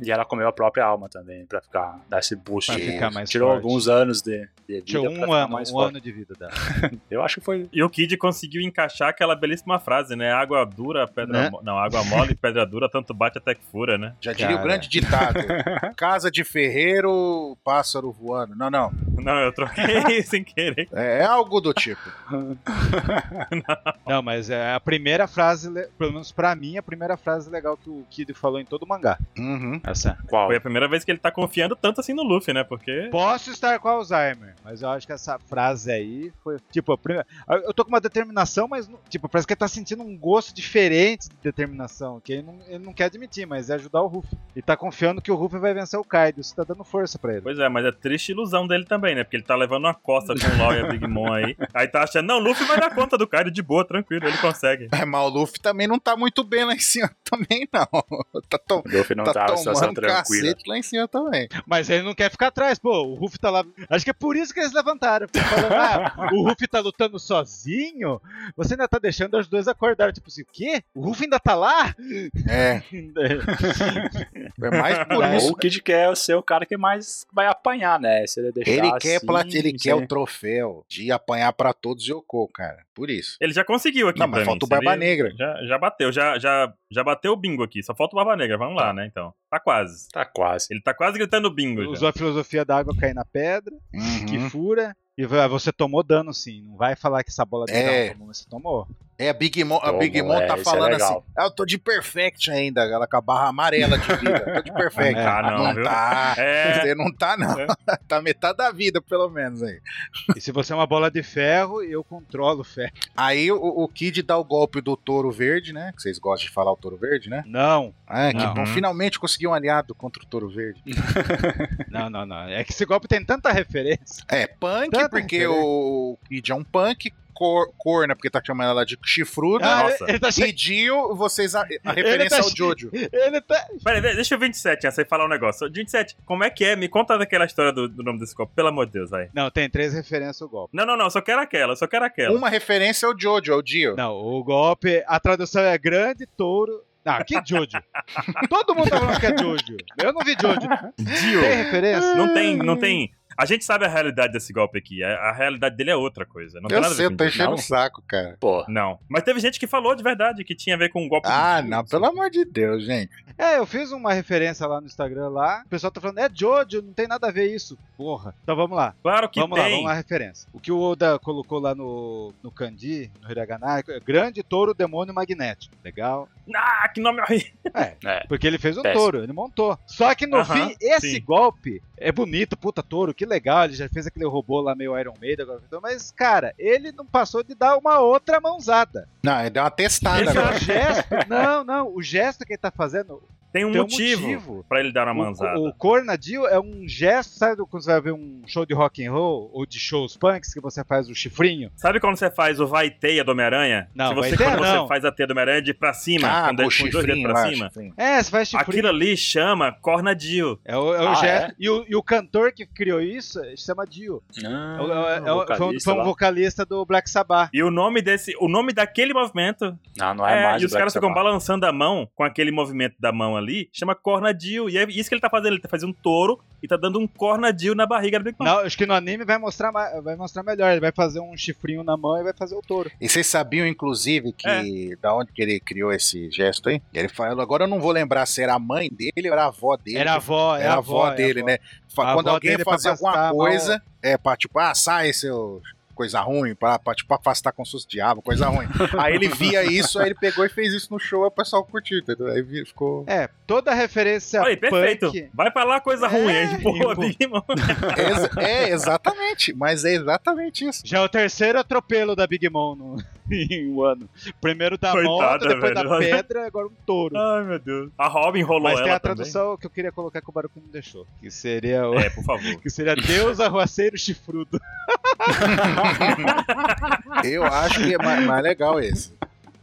S2: E ela comeu a própria alma também, pra ficar. dar esse boost.
S4: Pra ficar mais
S2: Tirou
S4: forte.
S2: alguns anos de, de vida.
S4: Tinha
S2: pra
S4: um
S2: ficar
S4: ano,
S2: mais
S4: um
S2: forte.
S4: ano de vida dela.
S2: Eu acho que foi.
S3: E o Kid conseguiu encaixar aquela belíssima frase, né? Água dura, pedra.
S4: Né?
S3: mo- Não, água mole, pedra dura, tanto bate até que fura, né?
S1: Já diria o
S4: Cara.
S1: grande ditado: Casa de ferreiro, pássaro voando. Não, não.
S3: Não, eu troquei sem querer.
S1: É, é algo do tipo.
S4: Não, mas é a primeira frase, le- pelo menos pra mim, a primeira frase legal que o Kid falou em todo o mangá.
S1: Uhum.
S4: Essa.
S2: Qual?
S3: Foi a primeira vez que ele tá confiando tanto assim no Luffy, né? Porque.
S4: Posso estar com Alzheimer, mas eu acho que essa frase aí foi, tipo, a primeira... eu tô com uma determinação, mas, não- tipo, parece que ele tá sentindo um gosto diferente de determinação, que ele não, ele não quer admitir, mas é ajudar o Ruff. E tá confiando que o Ruff vai vencer o Kaido, isso tá dando força pra ele.
S3: Pois é, mas é triste ilusão dele também, né? Porque ele tá levando uma costa com o Law e a Big Mom aí. Aí tá achando, não, o Luffy vai dar conta do Kaido de boa, tranquilo, ele consegue.
S1: É, mas o Luffy também não tá muito bem lá em cima também, não. Tá, tom,
S2: O Dolphin não
S1: tá
S2: tá numa situação
S1: tomando
S2: tranquila.
S1: cacete lá em cima também.
S4: Mas ele não quer ficar atrás, pô. O Ruff tá lá. Acho que é por isso que eles levantaram. porque Falando, ah, o Ruff tá lutando sozinho? Você ainda tá deixando os dois acordaram. Tipo assim, o quê? O Ruff ainda tá lá?
S1: É. É mais por
S4: Daí-
S1: isso.
S2: Ou o Kid quer ser o cara que mais vai apanhar, né? Se ele deixar
S1: Ele quer,
S2: assim,
S1: plat... ele
S2: não
S1: quer
S2: sei.
S1: o troféu de apanhar pra todos Yoko, cara. Por isso.
S3: Ele já conseguiu aqui
S1: Não,
S3: pra
S1: mas
S3: mim,
S1: falta o
S3: se ele-
S1: Barba Negra.
S3: Já, já bateu, já, já, já bateu o bingo aqui. Só falta o Barba Negra, vamos lá, né? Então, tá quase.
S2: Tá quase.
S3: Ele tá quase gritando bingo já.
S4: Usou a filosofia da água cair na pedra, que
S1: Uhum.
S4: fura. E vai, ah, você tomou dano sim. Não vai falar que essa bola de
S1: É.
S4: não tomou, mas você tomou.
S1: É, a Big Mom, a
S2: Toma,
S1: Big Mom
S2: é,
S1: tá
S2: isso é
S1: falando
S2: legal.
S1: assim, ah, eu tô de perfect ainda, ela com a barra amarela de vida, tô de perfect.
S4: É,
S3: Ah, não, viu?
S1: tá,
S3: É,
S1: você não tá não, tá metade da vida pelo menos aí.
S4: E se você é uma bola de ferro, eu controlo o ferro.
S1: Aí o, o Kid dá o golpe do touro verde, né, que vocês gostam de falar o touro verde, né?
S4: Não,
S1: Ah, que
S4: Não.
S3: Uhum.
S1: bom, finalmente consegui um aliado contra o touro verde.
S4: não, não, não. É que esse golpe tem tanta referência.
S1: É, punk,
S4: Tá, tá,
S3: né?
S1: porque
S4: entendeu?
S1: o Kid é um punk, cor, corna, porque tá chamando ela de chifruda,
S3: Ah,
S4: ele-
S3: nossa.
S4: ele, tá che...
S1: e Jill, vocês, a, a referência
S4: tá
S1: ao
S4: che-
S1: Jojo.
S4: ele tá.
S3: peraí, de- deixa o 27 essa aí falar um negócio. 27, como é que é? Me conta daquela história do, do nome desse copo, pelo amor de Deus, vai.
S4: Não, tem três referências ao golpe.
S3: Não, não, não, só quero aquela, só quero aquela.
S1: Uma referência ao Jojo, ao Dio.
S4: Não, o golpe, a tradução é grande touro. Ah, que Jojo? Todo mundo tá falando que é Jojo. Eu não vi Jojo.
S3: Dio.
S4: Tem referência?
S3: Não tem, não tem. A gente sabe a realidade desse golpe aqui. A, a realidade dele é outra coisa. Não tem
S1: eu
S3: nada a ver
S1: sei,
S3: com
S1: tá
S3: Dio.
S1: enchendo
S2: não?
S1: o saco, cara.
S2: Pô,
S3: Não. Mas teve gente que falou de verdade que tinha a ver com o golpe.
S1: Ah,
S3: do Dio,
S1: não,
S3: assim.
S1: pelo amor de Deus, gente.
S4: É, eu fiz uma referência lá no Instagram lá. O pessoal tá falando, é Jojo, não tem nada a ver isso. Porra. Então vamos lá.
S3: Claro que
S4: vamos lá,
S3: tem.
S4: vamos lá, a referência. O que o Oda colocou lá no, no Kandi, no Hiragana, é grande touro, demônio magnético. Legal.
S3: Ah, que nome horrível.
S2: é.
S4: Porque ele fez um
S2: Péssimo.
S4: touro, ele montou. Só que no
S3: Aham,
S4: fim, esse
S3: sim.
S4: golpe é bonito, puta touro, que legal. Ele já fez aquele robô lá meio Iron Maiden. agora- Mas, cara, ele não passou de dar uma outra mãozada.
S1: Não, ele deu uma testada
S3: Exato.
S1: agora.
S4: O gesto, não, não. O gesto que ele tá fazendo
S3: Tem um
S4: tem
S3: motivo,
S4: um motivo.
S3: pra ele dar uma manzada.
S4: O, o Cornadil é um gesto, sabe quando você vai ver um show de rock and roll ou de shows punks que você faz o chifrinho?
S3: Sabe quando você faz o vai teia do Homem-Aranha?
S4: Não,
S3: Se você,
S4: vai teia
S3: quando
S4: não.
S3: você faz a teia do Homem-Aranha é de pra cima,
S1: Ah,
S3: quando
S1: com o
S3: é com os dois dedos
S1: chifrinho
S3: pra
S1: lá,
S3: cima,
S1: chifrinho.
S4: É, você faz chifrinho.
S3: aquilo ali chama cornadil.
S4: É o, é o
S2: Ah,
S4: gesto. E, o, e o cantor que criou isso se chama Dio.
S1: Ah,
S4: É o- é o- é o- foi,
S2: Ah,
S4: um-
S2: vocalista
S4: foi um
S2: lá.
S4: vocalista do Black Sabbath.
S3: E o nome desse, o nome daquele movimento,
S2: Não, não é,
S3: é,
S2: mais
S3: e
S2: o
S3: os
S2: Black
S3: caras ficam
S2: Sabbath.
S3: balançando a mão com aquele movimento da mão ali, chama cornadil. E é isso que ele tá fazendo, ele tá fazendo um touro e tá dando um cornadil na barriga do Big Mom.
S4: Não, acho que no anime vai mostrar, ma- vai mostrar melhor. Ele vai fazer um chifrinho na mão e vai fazer o touro.
S1: E vocês sabiam, inclusive, que
S3: É.
S1: da onde que ele criou esse gesto aí? Ele falou, agora eu não vou lembrar se era a mãe dele ou era a avó dele.
S4: Era a avó,
S1: Era a avó dele,
S4: é a
S1: né? Fa-
S4: A
S1: Quando
S4: avó
S1: alguém
S4: dele pra
S1: fazia alguma
S4: afastar a mão.
S1: coisa, é pra tipo, ah, sai seu coisa ruim, pra, pra tipo, afastar com susto diabo, coisa ruim. aí ele via isso, aí ele pegou e fez isso no show, aí o pessoal curtiu, entendeu? Aí vi- ficou...
S4: É, toda referência
S3: Olha aí, perfeito.
S4: punk...
S3: Vai pra lá coisa
S4: É,
S3: ruim, aí empurrou a
S4: empurrou.
S3: Big Mom.
S1: Ex- é, exatamente, mas é exatamente isso.
S4: Já é o terceiro atropelo da Big Mom no... em um ano. Primeiro da
S3: Coitada,
S4: moto, depois
S3: velho.
S4: da pedra, agora um touro.
S3: Ai, meu Deus. A Robin rolou
S4: Mas
S3: ela
S4: tem a
S3: também.
S4: tradução que eu queria colocar que o Baruco não deixou. Que seria o...
S3: É, por favor.
S4: Que seria Deus Arruaceiro Chifrudo.
S1: Eu acho que é mais, mais legal esse.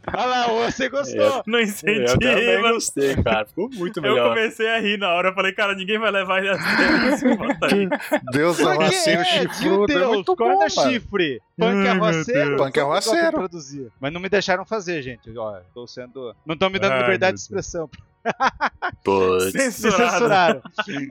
S4: Olha lá, ô, você gostou.
S3: Não
S2: Eu também
S3: incentiva.
S2: gostei, cara. Ficou muito
S3: Eu
S2: melhor.
S3: comecei a rir na hora. Eu falei, cara, ninguém vai levar ele a sério. esse bota aí.
S1: Deus
S4: Porque
S1: arroceiro
S4: é,
S1: chifrudo é
S4: Deus,
S1: muito bom,
S4: corda
S1: mano.
S4: chifre, é
S3: Ai,
S4: punk
S3: meu
S4: arroceiro.
S3: Deus. é
S1: Punk arroceiro.
S4: Produzir. Mas não me deixaram fazer, gente. Ó, tô sendo... Não estão me dando
S3: Ai,
S4: liberdade de
S3: meu
S4: expressão.
S2: Putz.
S4: Me
S3: Censurado.
S4: censuraram.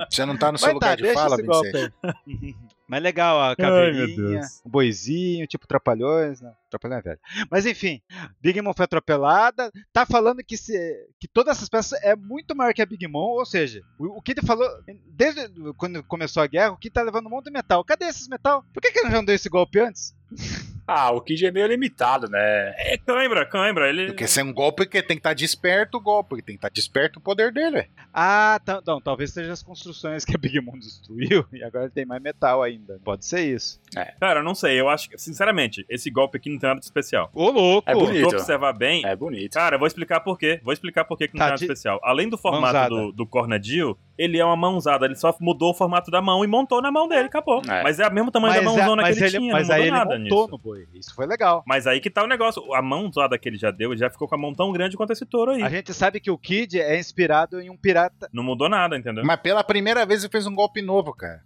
S1: Você não tá no seu
S4: Mas
S1: lugar
S4: tá,
S1: de
S4: deixa
S1: fala,
S4: esse golpe
S1: 27.
S4: aí. Mas legal, a
S3: meu
S4: caveirinha,
S3: Deus.
S4: o boizinho, tipo trapalhões, né? Trapalhão é velho. Mas enfim, Big Mom foi atropelada. Tá falando que, se, que todas essas peças é muito maior que a Big Mom, ou seja, o, o Kid falou, desde quando começou a guerra, o Kid tá levando um monte de metal. Cadê esses metal? Por que, que ele já não deu esse golpe antes?
S2: Ah, o Kid é meio limitado, né?
S3: É cãibra, cãibra. Ele...
S1: Porque se é um golpe que tem que estar desperto o golpe, porque tem que estar desperto o poder dele. ué.
S4: Ah, tá, não, talvez seja as construções que a Big Mom destruiu e agora tem mais metal ainda. Pode ser isso.
S3: Cara, eu não sei. Eu acho que, sinceramente, esse golpe aqui não tem nada de especial.
S4: Ô, louco!
S2: É
S3: Se
S2: bonito.
S3: tu observar bem,
S2: É bonito.
S3: Cara, eu vou explicar por quê. Vou explicar por quê que não
S4: Tá,
S3: tem nada
S4: de-
S3: especial. Além do formato
S4: Mãozada.
S3: do, do Cornadil, ele é uma mãozada. Ele só mudou o formato da mão e montou na mão dele, acabou.
S2: É.
S3: Mas é o mesmo tamanho da mãozona
S4: mas
S3: que ele,
S4: ele-
S3: tinha,
S4: mas
S3: não
S4: aí
S3: mudou
S4: ele
S3: nada
S4: montou
S3: nisso.
S4: no boi. Isso foi legal.
S3: Mas aí que tá o negócio. A mãozada que ele já deu, ele já ficou com a mão tão grande quanto esse touro aí.
S4: A gente sabe que o Kid é inspirado em um pirata.
S3: Não mudou nada, entendeu?
S1: Mas pela primeira vez ele fez um golpe novo, cara.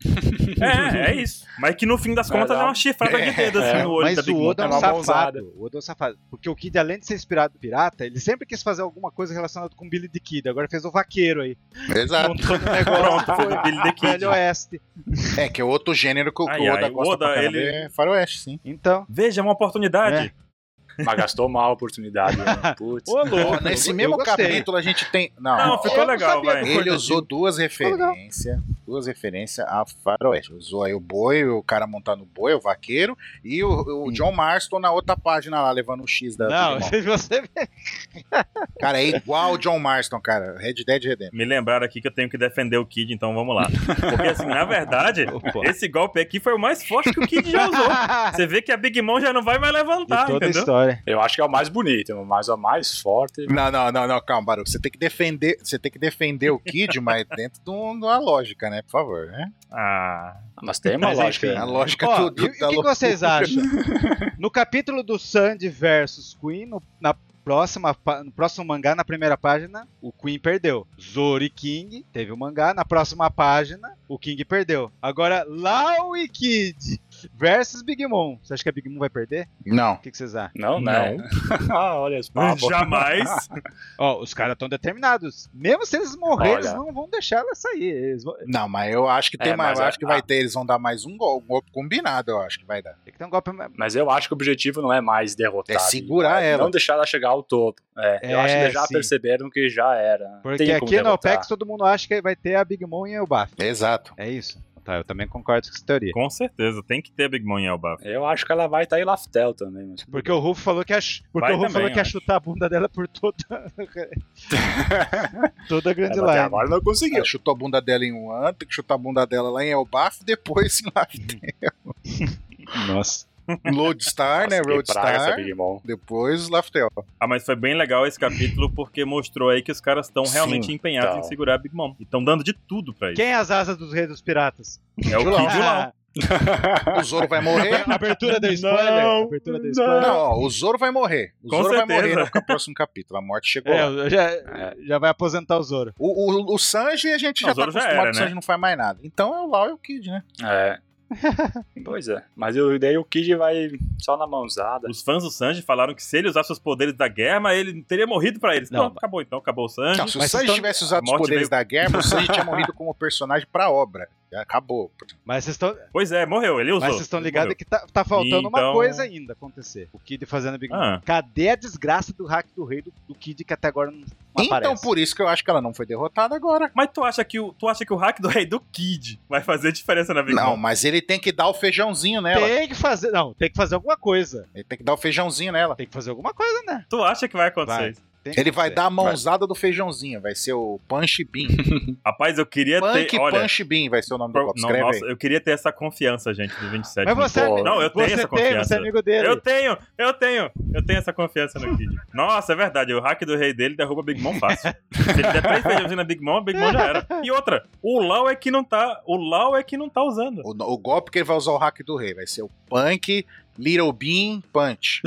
S3: É, é isso. Mas que no fim das
S2: Vai
S3: contas
S2: dar
S3: é
S2: um-
S3: uma chifrada de dedo assim
S2: É,
S3: no olho da
S4: mas
S3: Big
S4: o
S3: Mom.
S4: Oda é um
S2: É uma
S4: safado.
S2: mãozada.
S4: O Oda é um safado. Porque o Kid, além de ser inspirado em pirata, ele sempre quis fazer alguma coisa relacionada com Billy the Kid. Agora fez o vaqueiro aí.
S1: Exato.
S4: Montou no negócio.
S3: Pronto, foi do Billy the Kid.
S4: Velho Oeste.
S1: É, que é outro gênero que o, que
S3: Ai,
S1: o Oda
S3: ai, o
S1: gosta
S3: Oda,
S1: pra caramba,
S3: ele-
S1: é faroeste, sim.
S4: Então.
S3: Veja, é uma oportunidade.
S2: Mas gastou mal a oportunidade. Né? Putz.
S4: Ô, louco.
S1: Nesse
S4: eu
S1: mesmo
S4: gostei.
S1: capítulo a gente tem... Não,
S3: Não,
S1: ó,
S3: ficou
S4: eu não
S3: legal,
S4: sabia
S3: vai.
S4: do
S1: Ele
S4: Cornetto.
S1: usou duas
S4: legal.
S1: referências, duas referências a faroeste. Usou aí o boi, o cara montar no boi, o vaqueiro, e o, o John Marston na outra página lá, levando o X da...
S4: Não,
S1: do irmão.
S4: você
S1: Cara, é igual o John Marston, cara. Red Dead Redemption.
S3: Me lembraram aqui que eu tenho que defender o Kid, então vamos lá. Porque assim, na verdade,
S4: Opa.
S3: esse golpe aqui foi o mais forte que o Kid já usou. Você vê que a Big Mom já não vai mais levantar,
S4: De toda a
S3: entendeu?
S4: história.
S2: Eu acho que é o mais bonito, mas o mais forte.
S1: Não, não, não, não, calma, Baruco. Você tem que defender, você tem que defender o Kid, mas dentro de um- de uma lógica, né? Por favor, né?
S3: Ah,
S2: Mas tem uma
S4: Mas,
S2: lógica.
S4: enfim,
S1: A
S2: né?
S1: lógica
S4: É.
S1: do,
S4: Ó, e
S1: do,
S4: e o que,
S1: da
S4: que
S1: loucura.
S4: vocês acham? No capítulo do Sandy versus Queen, no- na próxima, pá- no próximo mangá, na primeira página, o Queen perdeu. Zori King teve o mangá, na próxima página, o King perdeu. Agora, Lau e Kid versus Big Mom. Você acha que a Big Mom vai perder?
S1: Não.
S4: O que, que vocês acham?
S2: Não, né? ah, olha esse papo.
S3: jamais.
S4: Ó, os caras estão determinados. Mesmo se eles morrerem,
S2: Olha.
S4: eles não vão deixar ela sair. Eles vão...
S1: Não, mas eu acho que tem
S2: É,
S1: mais.
S2: mas
S1: Eu
S2: a-
S1: acho que vai ter. Eles vão dar mais um gol, um golpe combinado, eu acho que vai dar.
S4: Tem que ter um golpe... mais-
S2: Mas eu acho que o objetivo não é mais derrotar.
S1: É segurar
S2: Big Mom, é
S1: ela.
S2: Não deixar ela chegar ao topo. É, eu
S4: É,
S2: acho que eles já
S4: sim.
S2: perceberam que já era.
S4: Porque
S2: Tem como
S4: aqui no
S2: derrotar.
S4: Apex todo mundo acha que vai ter a Big Mom e o Baf.
S1: Exato.
S4: É isso. Tá, eu também concordo com essa teoria.
S3: Com certeza, tem que ter Big Mom em Elbaf.
S2: Eu acho que ela vai estar em Laftel também. Mas...
S4: Porque o Rufo falou que ia, ch- porque
S3: Vai
S4: o Rufo
S3: também,
S4: falou que ia
S3: eu acho.
S4: chutar a bunda dela por toda toda a grande
S2: ela até
S4: line.
S2: agora não conseguiu.
S1: Ela chutou a bunda dela em um ano, tem que chutar a bunda dela lá em Elbaf, depois em lá
S4: Nossa.
S1: em Lodestar, né?
S2: Nossa, que praga essa
S1: Roadstar.
S2: Big Mom.
S1: Depois Laftel.
S3: Ah, mas foi bem legal esse capítulo porque mostrou aí que os caras estão
S1: Sim,
S3: realmente empenhados
S2: tá.
S3: em segurar a Big Mom. E estão dando de tudo pra isso.
S4: Quem é as asas dos reis dos piratas?
S3: É o Kid e o
S4: Ah,
S3: Lau.
S1: O Zoro vai morrer.
S4: abertura da spoiler.
S3: Não,
S4: abertura da
S3: não.
S4: spoiler.
S1: Não, ó, o Zoro vai morrer. O
S3: Com
S1: Zoro vai
S3: certeza.
S1: morrer no ca- próximo capítulo. A morte chegou
S4: É,
S1: lá.
S4: eu já, já vai aposentar o Zoro.
S1: O, o, o Sanji, a gente
S3: Não,
S1: já
S3: o
S1: tá
S3: Zoro já
S1: acostumado
S3: era,
S1: que o
S3: né?
S1: Sanji não faz mais nada. Então é o Lau e o Kid, né?
S2: É. pois é. Mas eu, daí o Kid vai só na mãozada.
S3: Os fãs do Sanji falaram que se ele usasse os poderes da guerra, mas ele teria morrido pra eles.
S4: Não,
S3: Não, acabou então, acabou o Sanji.
S1: Não, se o
S4: Mas
S1: Sanji
S4: então-
S1: tivesse usado os
S3: morte
S1: poderes
S3: veio-
S1: da guerra, o Sanji tinha morrido como personagem pra obra. Já acabou.
S4: Mas vocês estão
S3: Pois é, morreu, ele usou.
S4: mas vocês estão
S3: Ele
S4: ligados que tá, tá faltando uma
S3: Então-
S4: coisa ainda acontecer. O Kid fazendo Big Mom.
S3: Ah.
S4: Cadê a desgraça do hack do rei do, do Kid que até agora não, não
S1: então,
S4: aparece?
S1: por isso que eu acho que ela não foi derrotada agora.
S3: Mas tu acha que o, tu acha que o hack do rei do Kid vai fazer diferença na Big
S1: Não,
S3: Mom?
S1: mas ele tem que dar o feijãozinho nela.
S4: Tem que fazer, não, tem que fazer alguma coisa.
S1: Ele tem que dar o feijãozinho nela.
S4: Tem que fazer alguma coisa, né?
S3: Tu acha que vai acontecer? isso?
S4: Tem que
S1: Ele vai
S4: fazer.
S1: dar a mãozada do feijãozinho. Vai ser o Punch Bean.
S3: Rapaz, eu queria
S1: Punk
S3: ter. Olha,
S1: Punch Bean vai ser o nome do
S3: pro-
S1: copo.
S3: não,
S1: Escreve
S3: nossa,
S1: aí.
S3: eu queria ter essa confiança, gente, do 27.
S4: Mas você, é
S2: Pô,
S4: amigo-
S3: não, eu tenho
S4: você
S3: essa
S4: tem,
S3: confiança.
S4: você é amigo dele.
S3: Eu tenho, eu tenho, eu tenho essa confiança no Kid. Nossa, é verdade, o hack do rei dele derruba a Big Mom fácil. Se ele der três feijãozinhos na Big Mom, a Big Mom já era. E outra, o Lau é que não tá, o Lau é que não tá usando.
S1: O, o golpe que ele vai usar o hack do rei vai ser o Punk Little Bean Punch.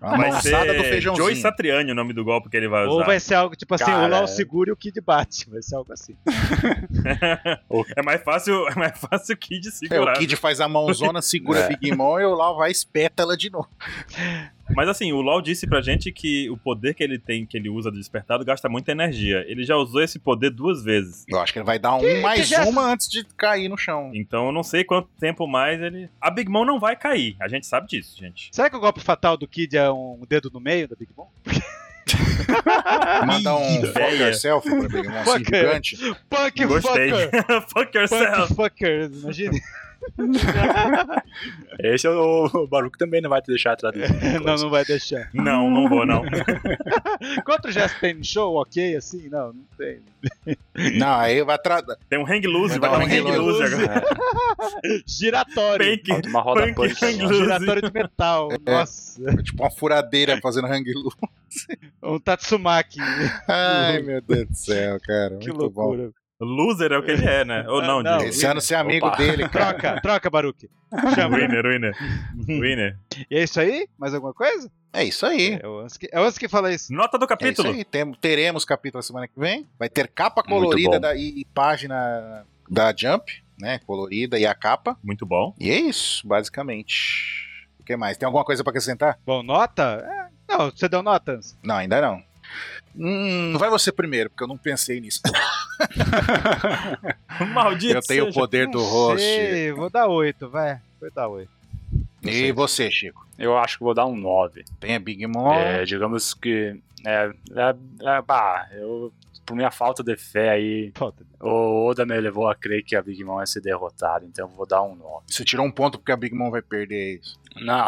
S1: A
S3: Vai
S1: mãozada do
S3: ser
S1: feijãozinho.
S3: Joey Satriani o nome do golpe que ele vai usar.
S4: Ou vai ser algo tipo assim, o
S2: Cara,
S4: Lau
S2: é.
S4: segura e o Kid bate. Vai ser algo assim.
S3: É mais fácil, é mais fácil o Kid
S1: É, o
S3: segurar.
S1: Kid faz a mãozona, segura
S2: É.
S1: Big Mom e o Lau vai e espeta ela de novo.
S3: Mas assim, o LoL disse pra gente que o poder que ele tem, que ele usa do despertado, gasta muita energia. Ele já usou esse poder duas vezes.
S1: Eu acho que ele vai dar um
S4: Que-
S1: mais
S4: que já-
S1: uma antes de cair no chão.
S3: Então eu não sei quanto tempo mais ele. A Big Mom não vai cair. A gente sabe disso, gente.
S4: Será que o golpe fatal do Kid é um dedo no meio da Big Mom?
S1: Manda um
S3: Ih,
S1: fuck
S3: véia.
S1: yourself pra Big Mom, assim,
S4: Fuck
S1: gigante.
S4: Punk
S3: Gostei.
S4: fucker!
S3: Fuck
S4: Punk
S3: yourself.
S4: fucker, imagina.
S2: Esse é o, o Baruco também não vai te deixar traduzir.
S4: não, não vai deixar.
S3: Não, não vou, não.
S4: Quanto gesto tem no show, ok? Assim, não, não tem.
S1: Não, aí vai tra...
S3: Tem um hang loose,
S1: Vai
S3: vai
S1: dar
S3: dar um
S1: um
S3: hang
S1: hang
S3: loose
S4: loose.
S3: agora.
S4: Giratório.
S3: Bem É. que-
S2: Falta uma roda
S3: Punk
S2: punk.
S3: Hang
S2: agora.
S3: Loose.
S4: Giratório de metal. Nossa.
S1: tipo uma furadeira fazendo hang loose.
S4: Um Tatsumaki.
S1: Ai, meu Deus do céu, cara.
S4: que
S1: muito
S4: loucura.
S3: Loser é o que ele é, né? Ou não,
S4: Ah, Não,
S3: Diego?
S1: Esse ano você é amigo
S2: Opa.
S1: dele, cara.
S4: Troca, troca, Baruque. Chama.
S3: Winner, winner. Winner.
S4: E é isso aí? Mais alguma coisa?
S1: É isso aí.
S4: É o Anse que, é o Anse que fala isso.
S3: Nota
S1: É
S3: do
S1: isso
S3: capítulo.
S1: aí. Tem- teremos capítulo semana que vem. Vai ter capa
S2: Muito bom.
S1: colorida da- e, e página da Jump, né? Colorida e a capa.
S3: Muito bom.
S1: E é isso, basicamente. O que mais? Tem alguma coisa pra acrescentar?
S4: Bom, nota? É, não, você deu nota, Anse.
S1: Não, ainda não. Hum, vai você primeiro, porque eu não pensei nisso.
S3: Maldito
S1: Eu tenho o
S3: seja.
S1: poder do
S4: Não
S1: host.
S4: sei, Vou dar oito, vai. Vou dar oito.
S1: E você, Chico?
S2: Eu acho que vou dar um 9.
S1: Tem a Big Mom.
S2: É, digamos que. É, é, é, bah, eu. Por minha falta de fé aí,
S4: Falta.
S2: o Oda me levou a crer que a Big Mom ia ser derrotada, então eu vou dar um 9.
S1: Você tirou um ponto porque a Big Mom vai perder é isso.
S2: Não,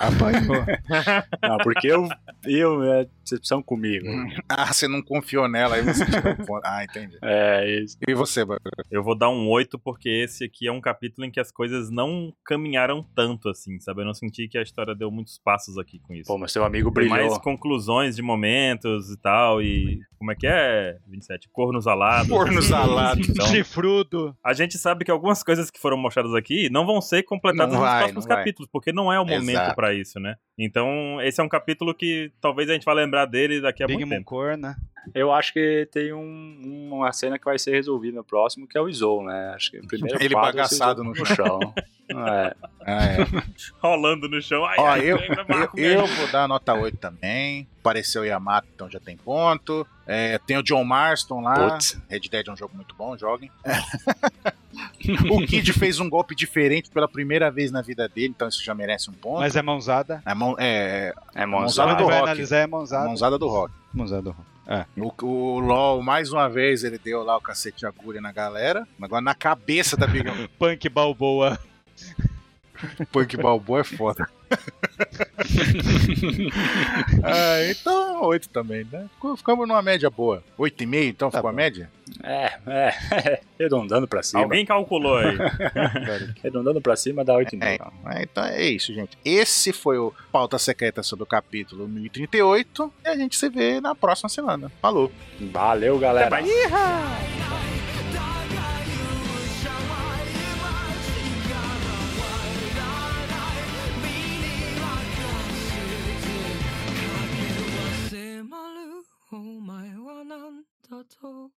S2: não, porque eu. Eu, é decepção comigo.
S1: Ah, você não confiou nela, aí você tirou um ponto. Ah, entendi.
S2: É, isso.
S1: E você, Baru?
S3: Eu vou dar um 8, porque esse aqui é um capítulo em que as coisas não caminharam tanto assim, sabe? Eu não senti que a história deu muitos passos aqui com isso.
S2: Pô, mas seu amigo
S3: Tem
S2: brilhou.
S3: mais conclusões de momentos e tal, e como é que é, 27? Cornos alados.
S1: Cornos alados.
S3: Então,
S4: Chifrudo.
S3: a gente sabe que algumas coisas que foram mostradas aqui não vão ser completadas
S1: Não vai,
S3: nos próximos
S1: não vai.
S3: capítulos, porque não é o momento
S1: Exato.
S3: pra isso, né? Então, esse é um capítulo que talvez a gente vá lembrar dele daqui a
S4: Big
S3: É muito tempo.
S4: Moon Corna.
S2: Eu acho que tem um- uma cena que vai ser resolvida no próximo, que é o Izou, né? Acho que o primeiro
S1: Ele
S2: quadro é o
S1: bagaçado
S2: Izou
S1: no
S2: chão. É.
S1: Ah, é.
S3: Rolando no chão. Ai,
S1: Ó,
S3: ai,
S1: eu,
S3: ainda marco,
S1: eu, eu vou dar nota 8 também. Apareceu o Yamato, então já tem ponto. É, tem o John Marston lá.
S2: Putz.
S1: Red Dead é um jogo muito bom, joguem. o Kid fez um golpe diferente pela primeira vez na vida dele, então isso já merece um ponto.
S4: Mas é mãozada.
S1: A mão, é,
S2: É
S1: Mãozada
S4: Quando
S1: do
S2: Monzada.
S4: vai
S1: rock.
S4: analisar é
S1: a
S4: mãozada.
S1: mãozada do rock.
S4: Mãozada do rock.
S1: O, o LOL, mais uma vez, ele deu lá o cacete de agulha na galera. Agora na cabeça da Big Mom.
S4: Punk Balboa.
S1: Punk Balboa é foda. Ah, então, 8 também, né? Ficamos numa média boa. 8,5, então
S4: Tá
S1: ficou a
S4: bom.
S1: média?
S2: É, é. Redondando pra cima.
S3: Alguém calculou aí.
S2: Redondando pra cima dá 8,5.
S1: É, é, então é isso, gente. Esse foi o Pauta Secreta sobre o capítulo 1038. E a gente se vê na próxima semana. Falou!
S2: Valeu, galera.
S3: Até mais.
S5: 迫るお前は何だと